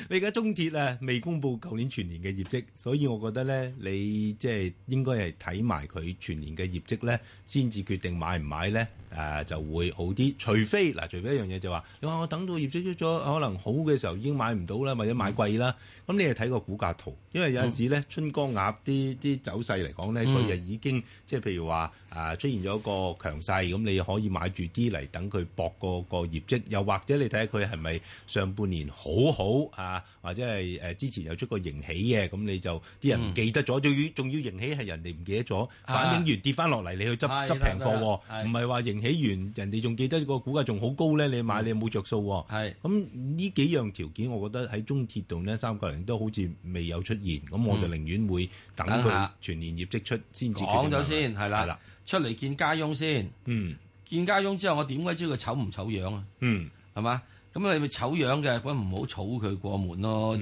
[SPEAKER 4] 你而家中鐵啊，未公佈舊年全年嘅業績，所以我覺得咧，你即係應該係睇埋佢全年嘅業績咧，先至決定買唔買咧。誒、就會好啲，除非嗱，除非一樣嘢就話，你話我等到業績出咗，可能好嘅時候已經買唔到啦，或者買貴啦。咁你係睇個股價圖，因為有陣時咧，春江鴨啲啲走勢嚟講咧，
[SPEAKER 3] 嗯
[SPEAKER 4] 佢就已經即係譬如話啊出現咗個強勢，咁你可以買住啲嚟等佢搏個個業績，又或者你睇下佢係咪上半年好好啊，或者係誒之前有出過盈喜嘅，咁你就啲
[SPEAKER 3] 嗯
[SPEAKER 4] 人唔記得咗，仲要仲要盈喜係人哋唔記得咗，反映完跌翻落嚟，你去執
[SPEAKER 3] 啊係
[SPEAKER 4] 執平貨喎，
[SPEAKER 3] 係
[SPEAKER 4] 唔係話盈喜完人哋仲記得個股價仲好高咧，你
[SPEAKER 3] 嗯
[SPEAKER 4] 買你冇着數喎。
[SPEAKER 3] 係
[SPEAKER 4] 咁呢幾樣條件，我覺得喺中鐵度呢，三個零都好似未有出現，咁我就寧願會等
[SPEAKER 3] 嗯等
[SPEAKER 4] 佢
[SPEAKER 3] 下
[SPEAKER 4] 全年業績出先至決
[SPEAKER 3] 講
[SPEAKER 4] 定
[SPEAKER 3] 咗
[SPEAKER 4] 係
[SPEAKER 3] 先，
[SPEAKER 4] 咪
[SPEAKER 3] 啊係
[SPEAKER 4] 係
[SPEAKER 3] 啦
[SPEAKER 4] 啦，，
[SPEAKER 3] 出嚟見家翁先，
[SPEAKER 4] 嗯
[SPEAKER 3] 見家翁之後我點鬼知佢醜唔醜樣啊？
[SPEAKER 4] 嗯
[SPEAKER 3] 係嘛？咁你咪醜樣嘅，咁唔好儲佢過門咯。唔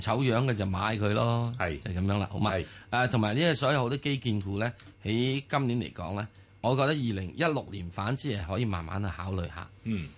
[SPEAKER 3] 醜樣嘅就買佢咯。
[SPEAKER 4] 嗯係
[SPEAKER 3] 就係咁樣啦，好嘛
[SPEAKER 4] 係？
[SPEAKER 3] 誒，同埋呢個所有好多基建股咧，喺今年嚟講咧，我覺得二零一六年反之係可以慢慢去考慮下。
[SPEAKER 4] 嗯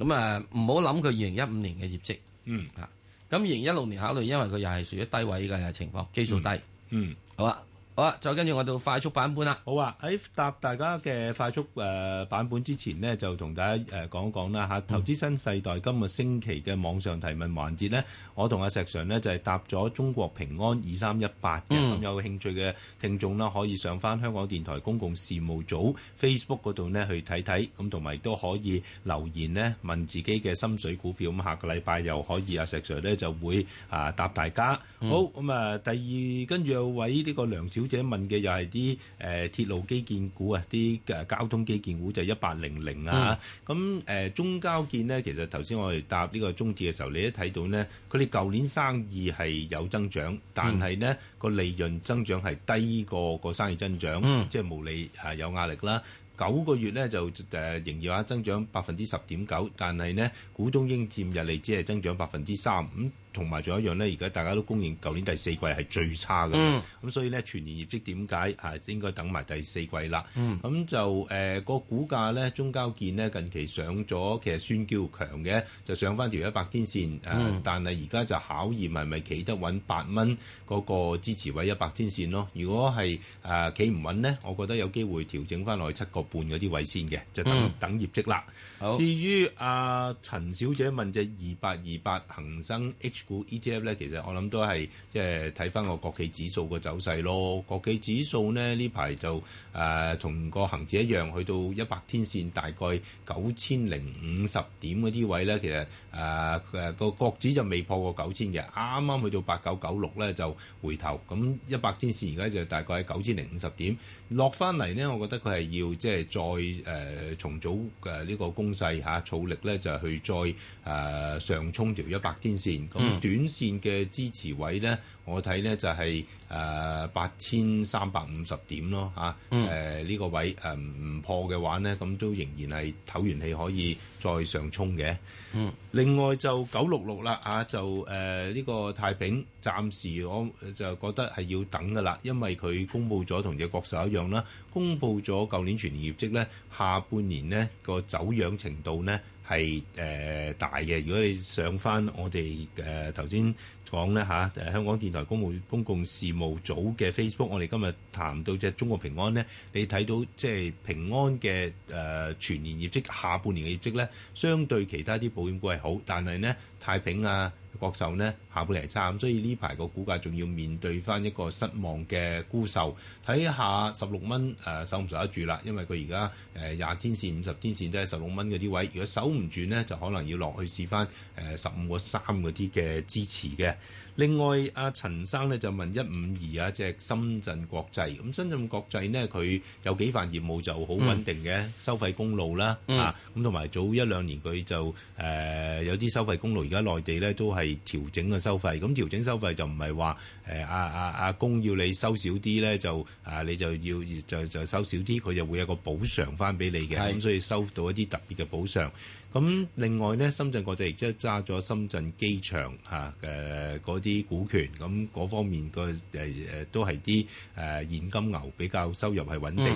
[SPEAKER 3] 咁啊，唔好諗佢二零一五年嘅業績
[SPEAKER 4] 嗯
[SPEAKER 3] 啊。咁二零一六年考慮，因為佢又係屬於低位嘅情況，基數低。
[SPEAKER 4] 嗯，
[SPEAKER 3] 好啊，好啊，再跟住我到快速版本啦。
[SPEAKER 4] 好啊！喺答大家嘅快速誒、呃版本之前呢，就同大家誒、呃、講一講啦嚇。投資新世代今個星期嘅網上提問環節呢，我同阿石 Sir 呢就係、答咗中國平安二三一八嘅，咁、
[SPEAKER 3] 嗯
[SPEAKER 4] 有興趣嘅聽眾啦，可以上翻香港電台公共事務組 Facebook 嗰度呢去睇睇，咁同埋都可以留言呢問自己嘅心水股票。咁下個禮拜又可以阿石 Sir 呢就會啊答大家。好咁啊，第二跟住有位呢個梁小姐問嘅又係啲誒鐵路基建股啊，啲誒交通基建股就一八零零啊。咁誒、呃中交建呢，其實頭先我哋搭呢個中鐵嘅時候，你一睇到呢，佢哋舊年生意係有增長，但係呢個利潤增長係低過個生意增長，
[SPEAKER 3] 嗯
[SPEAKER 4] 即係毛利啊有壓力啦。九個月呢，就誒、呃營業額增長百分之十點九，但係呢，股東應佔日利只係增長百分之三。咁同埋仲有一樣呢，而家大家都公認舊年第四季係最差嘅。
[SPEAKER 3] 嗯
[SPEAKER 4] 咁所以咧全年業績點解啊應該等埋第四季啦。咁、就誒個、股價咧，中交建咧近期上咗，其實算叫強嘅，就上翻條一百天線誒、呃但係而家就考驗係咪企得穩八蚊嗰個支持位一百天線咯。如果係誒企唔穩咧，我覺得有機會調整翻落去七個半嗰啲位先嘅，就等、
[SPEAKER 3] 嗯
[SPEAKER 4] 等業績啦。
[SPEAKER 3] 好
[SPEAKER 4] 至於阿、陳小姐問只二八二八恒生 H 股 E ETF 咧，其實我諗都係即係睇翻個國企指數個走勢咯。國企指數呢，呢排就誒同、個恒指一樣，去到一百天線大概九千零五十點嗰啲位咧，其實誒誒個國指就未破過九千嘅，啱啱去到八九九六咧就回頭。咁一百天線而家就大概喺九千零五十點。落翻嚟呢，我覺得佢係要即係再誒、呃重組誒呢個攻勢嚇，儲、力呢就去再誒、呃上衝條一百天線。咁短線嘅支持位呢，我睇咧就係誒八千三百五十點咯嚇，誒、呃
[SPEAKER 11] 嗯
[SPEAKER 4] 呢個位誒唔破嘅話咧，咁都仍然係唞完氣可以再上衝嘅。
[SPEAKER 11] 嗯
[SPEAKER 4] 另外就九六六啦嚇，就呃誒呢、個太平，暫時我呃就覺得係要等噶啦，因為佢公布咗同只國壽一樣啦，公布咗舊年全年業績咧，下半年呢個走樣程度呢係誒、呃大嘅。如果你上翻我哋誒頭先講咧嚇，誒呃香港電台公務公共事務組嘅 Facebook，我哋今日談到只中國平安呢，你睇到即係平安嘅誒、呃全年業績、下半年嘅業績呢，相對其他啲保險股係好，但係呢太平啊。國壽呢下半年係差，咁所以呢排個股價仲要面對翻一個失望嘅沽售，睇下十六蚊誒守唔守得住啦，因為佢而家誒廿天線、五十天線都係十六蚊嗰啲位，如果守唔住呢，就可能要落去試翻誒十五個三嗰啲嘅支持嘅。另外，阿陳生咧就問一五二啊，隻深圳國際。咁深圳國際呢，佢有幾份業務就好穩定嘅，收費公路啦，
[SPEAKER 11] 嗯
[SPEAKER 4] 啊，咁同埋早一兩年佢就誒、呃有啲收費公路，而家內地咧都係調整嘅收費。咁調整收費就唔係話誒呃阿阿阿公要你收少啲咧，就啊你就要就就收少啲，佢就會有個補償翻俾你嘅。
[SPEAKER 3] 係
[SPEAKER 4] 咁所以收到一啲特別嘅補償。咁另外呢，深圳國際亦即係揸咗深圳機場嚇誒嗰啲股權，咁嗰方面個誒誒都係啲誒現金牛比較收入係穩定。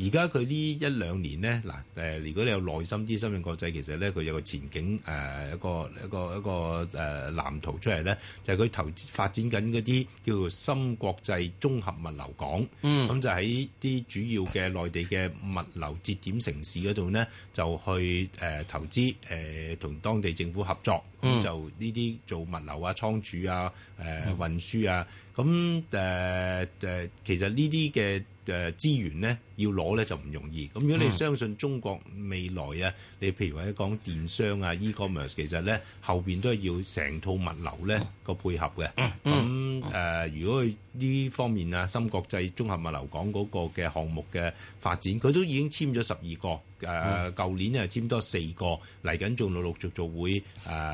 [SPEAKER 4] 而家佢呢一兩年呢，嗱誒、如果你有耐心啲，深圳國際其實呢，佢有個前景誒、一個一個一個誒、呃藍圖出嚟呢，就係、佢投資發展緊嗰啲叫做深國際綜合物流港。
[SPEAKER 11] 嗯
[SPEAKER 4] 咁就喺啲主要嘅內地嘅物流節點城市嗰度呢，就去誒、呃投資誒同、當地政府合作，咁、
[SPEAKER 11] 嗯
[SPEAKER 4] 就呢啲做物流啊、倉儲啊、誒、
[SPEAKER 11] 嗯
[SPEAKER 4] 運輸啊，咁誒誒，其實呢啲嘅誒資源呢，要攞呢就唔容易。咁如果你
[SPEAKER 11] 嗯
[SPEAKER 4] 相信中國未來啊，你譬如或者講電商啊、e-commerce，其實呢後邊都係要成套物流呢個配合嘅。咁誒、如果佢呢方面啊，深國際綜合物流港嗰個嘅項目嘅發展，佢都已經簽咗十二個。誒、舊年啊簽多四個，嚟緊仲陸陸續續會誒、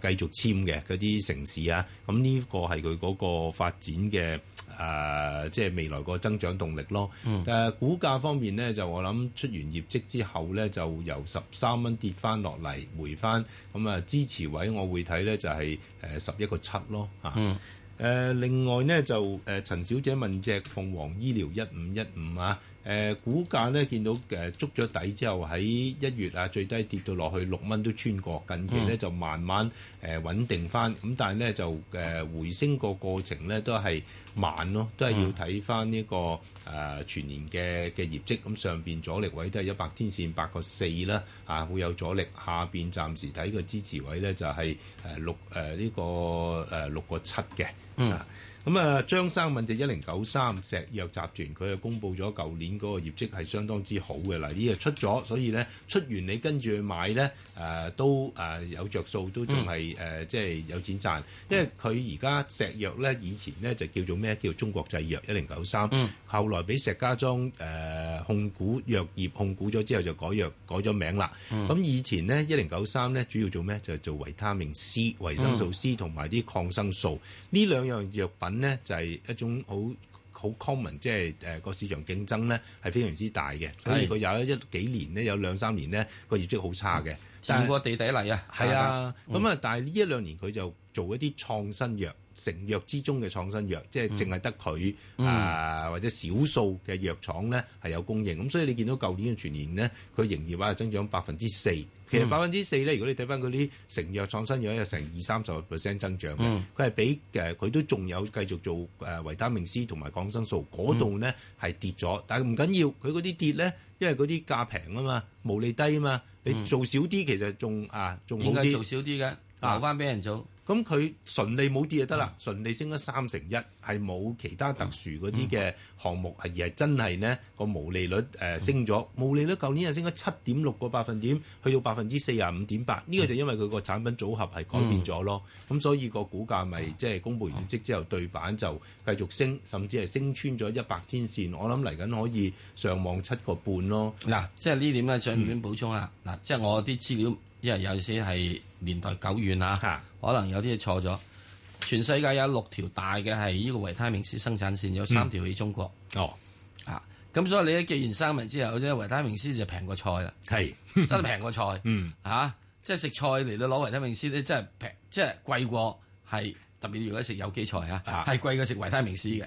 [SPEAKER 4] 繼續簽嘅嗰啲城市啊，咁呢個係佢嗰個發展嘅誒、即係未來個增長動力咯。
[SPEAKER 11] 嗯
[SPEAKER 4] 誒、股價方面呢，就我諗出完業績之後呢，就由十三蚊跌翻落嚟，回翻咁啊支持位我會睇呢，就係誒十一個七咯啊嚇。
[SPEAKER 11] 嗯
[SPEAKER 4] 誒、呃另外呢，就誒、陳小姐問只鳳凰醫療一五一五啊，誒、股價呢，見到誒、捉咗底之後喺一月啊最低跌到落去六蚊都穿過，近期呢，
[SPEAKER 11] 嗯
[SPEAKER 4] 就慢慢誒、穩定翻，咁但係呢，就誒、回升個過程呢，都係慢咯，都係要睇翻呢個誒、全年嘅嘅業績，咁上邊阻力位都係一百天線八個四啦，啊會有阻力，下邊暫時睇個支持位呢，就係誒六誒呢個誒六個七嘅。
[SPEAKER 11] 嗯
[SPEAKER 4] 咁啊，張生問就一零九三石藥集團，佢又公布咗舊年嗰個業績係相當之好嘅啦，呢個出咗，所以咧出完你跟住去買咧，誒、都誒、有着數，都仲係誒即係有錢賺，因為佢而家石藥咧以前咧就叫做咩叫中國製藥一零九三
[SPEAKER 11] 嗯，
[SPEAKER 4] 後來俾石家莊誒、呃控股藥業控股咗之後就改藥改咗名啦，
[SPEAKER 11] 嗯
[SPEAKER 4] 咁、以前呢，一零九三咧主要做咩？就係做維他命 C 維生素
[SPEAKER 11] 嗯
[SPEAKER 4] C 同埋啲抗生素呢兩樣藥品呢，就係、一種好好 common，即係誒個市場競爭呢係非常之大嘅，所以
[SPEAKER 3] 係
[SPEAKER 4] 佢有一幾年呢，有兩三年呢個業績好差嘅，但
[SPEAKER 3] 戰
[SPEAKER 4] 係
[SPEAKER 3] 過地底嚟啊，
[SPEAKER 4] 係啊，
[SPEAKER 3] 嗯
[SPEAKER 4] 咁啊，但係呢一兩年佢就做一啲創新藥，成藥之中嘅創新藥，即係淨係得佢
[SPEAKER 11] 嗯
[SPEAKER 4] 啊或者少數嘅藥廠咧係有供應，咁所以你見到舊年嘅全年呢，佢營業額係增長百分之四。其實
[SPEAKER 11] 嗯
[SPEAKER 4] 百分之四咧，如果你睇翻嗰啲成藥創新藥，有成二三十 percent 增長嘅
[SPEAKER 11] 嗯，
[SPEAKER 4] 佢係比誒佢都仲有繼續做誒維他命 C 同埋抗生素嗰
[SPEAKER 11] 嗯
[SPEAKER 4] 度呢係跌咗，但係唔緊要，佢嗰啲跌呢，因為嗰啲價平啊嘛，毛利低啊嘛，你
[SPEAKER 3] 嗯
[SPEAKER 4] 做少啲其實仲啊仲好
[SPEAKER 3] 應該
[SPEAKER 4] 啲
[SPEAKER 3] 做。少啲嘅，留翻俾人做。
[SPEAKER 4] 咁佢純利冇跌就得啦，純利升咗三成一，係冇其他特殊嗰啲嘅項目，係而係真係呢個毛利率誒、呃升咗，毛利率舊年係升咗七點六個百分點，去到百分之四十五點八，呢個就因為佢個產品組合係改變咗咯，咁、所以個股價咪即係公佈完業績之後對板就繼續升，甚至係升穿咗一百天線，我諗嚟緊可以上望七個半咯。
[SPEAKER 3] 嗱，即係呢點咧，順便補充啊。嗱、即係啊我啲資料，因為有時係年代久遠啊，可能有啲嘢錯咗。全世界有六條大嘅係呢個維他命 C 生產線，有三條喺中國。
[SPEAKER 4] 哦，
[SPEAKER 3] 啊，咁所以你咧既然生物之後啫，維他命 C 就平過菜啦，
[SPEAKER 4] 係
[SPEAKER 3] 真係平過菜。
[SPEAKER 4] 嗯，
[SPEAKER 3] 嚇，啊即係食菜嚟到攞維他命 C 咧，真係平，即係貴過係特別如果食有機菜啊，係貴過食維他命 C 嘅。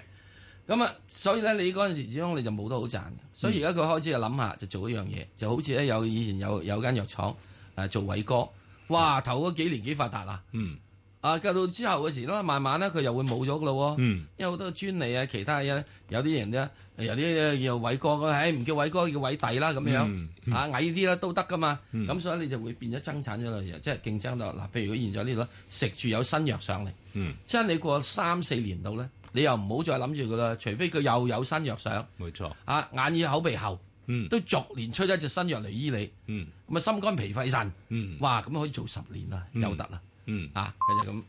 [SPEAKER 3] 咁啊，所以咧，你嗰陣時始終你就冇得好賺嘅，所以而家佢開始就諗下，就做一樣嘢，就好似咧有以前有有間藥廠誒做偉哥，哇，頭嗰幾年幾發達啊！
[SPEAKER 4] 嗯
[SPEAKER 3] 啊，到到之後嘅時咧，慢慢咧佢又會冇咗噶咯喎，
[SPEAKER 4] 嗯
[SPEAKER 3] 因為好多專利啊，其他嘢呢有啲人咧，有啲哎叫偉哥嘅，唉唔叫偉哥，叫偉弟啦咁樣，
[SPEAKER 4] 嗯
[SPEAKER 3] 啊矮啲啦都得噶嘛，咁、所以你就會變咗增產咗嘅嘢，即係競爭到嗱，譬如佢現在呢度食住有新藥上嚟，
[SPEAKER 4] 嗯，
[SPEAKER 3] 即係你過三四年度咧，你又唔好再諗住佢啦，除非佢又有新藥上，
[SPEAKER 4] 冇錯，
[SPEAKER 3] 啊眼耳口鼻喉，
[SPEAKER 4] 嗯
[SPEAKER 3] 都逐年出一隻新藥嚟醫你，
[SPEAKER 4] 嗯
[SPEAKER 3] 咁啊心肝脾肺腎，
[SPEAKER 4] 嗯
[SPEAKER 3] 哇咁可以做十年啦，
[SPEAKER 4] 嗯
[SPEAKER 3] 又得啦，
[SPEAKER 4] 嗯
[SPEAKER 3] 啊佢就咁。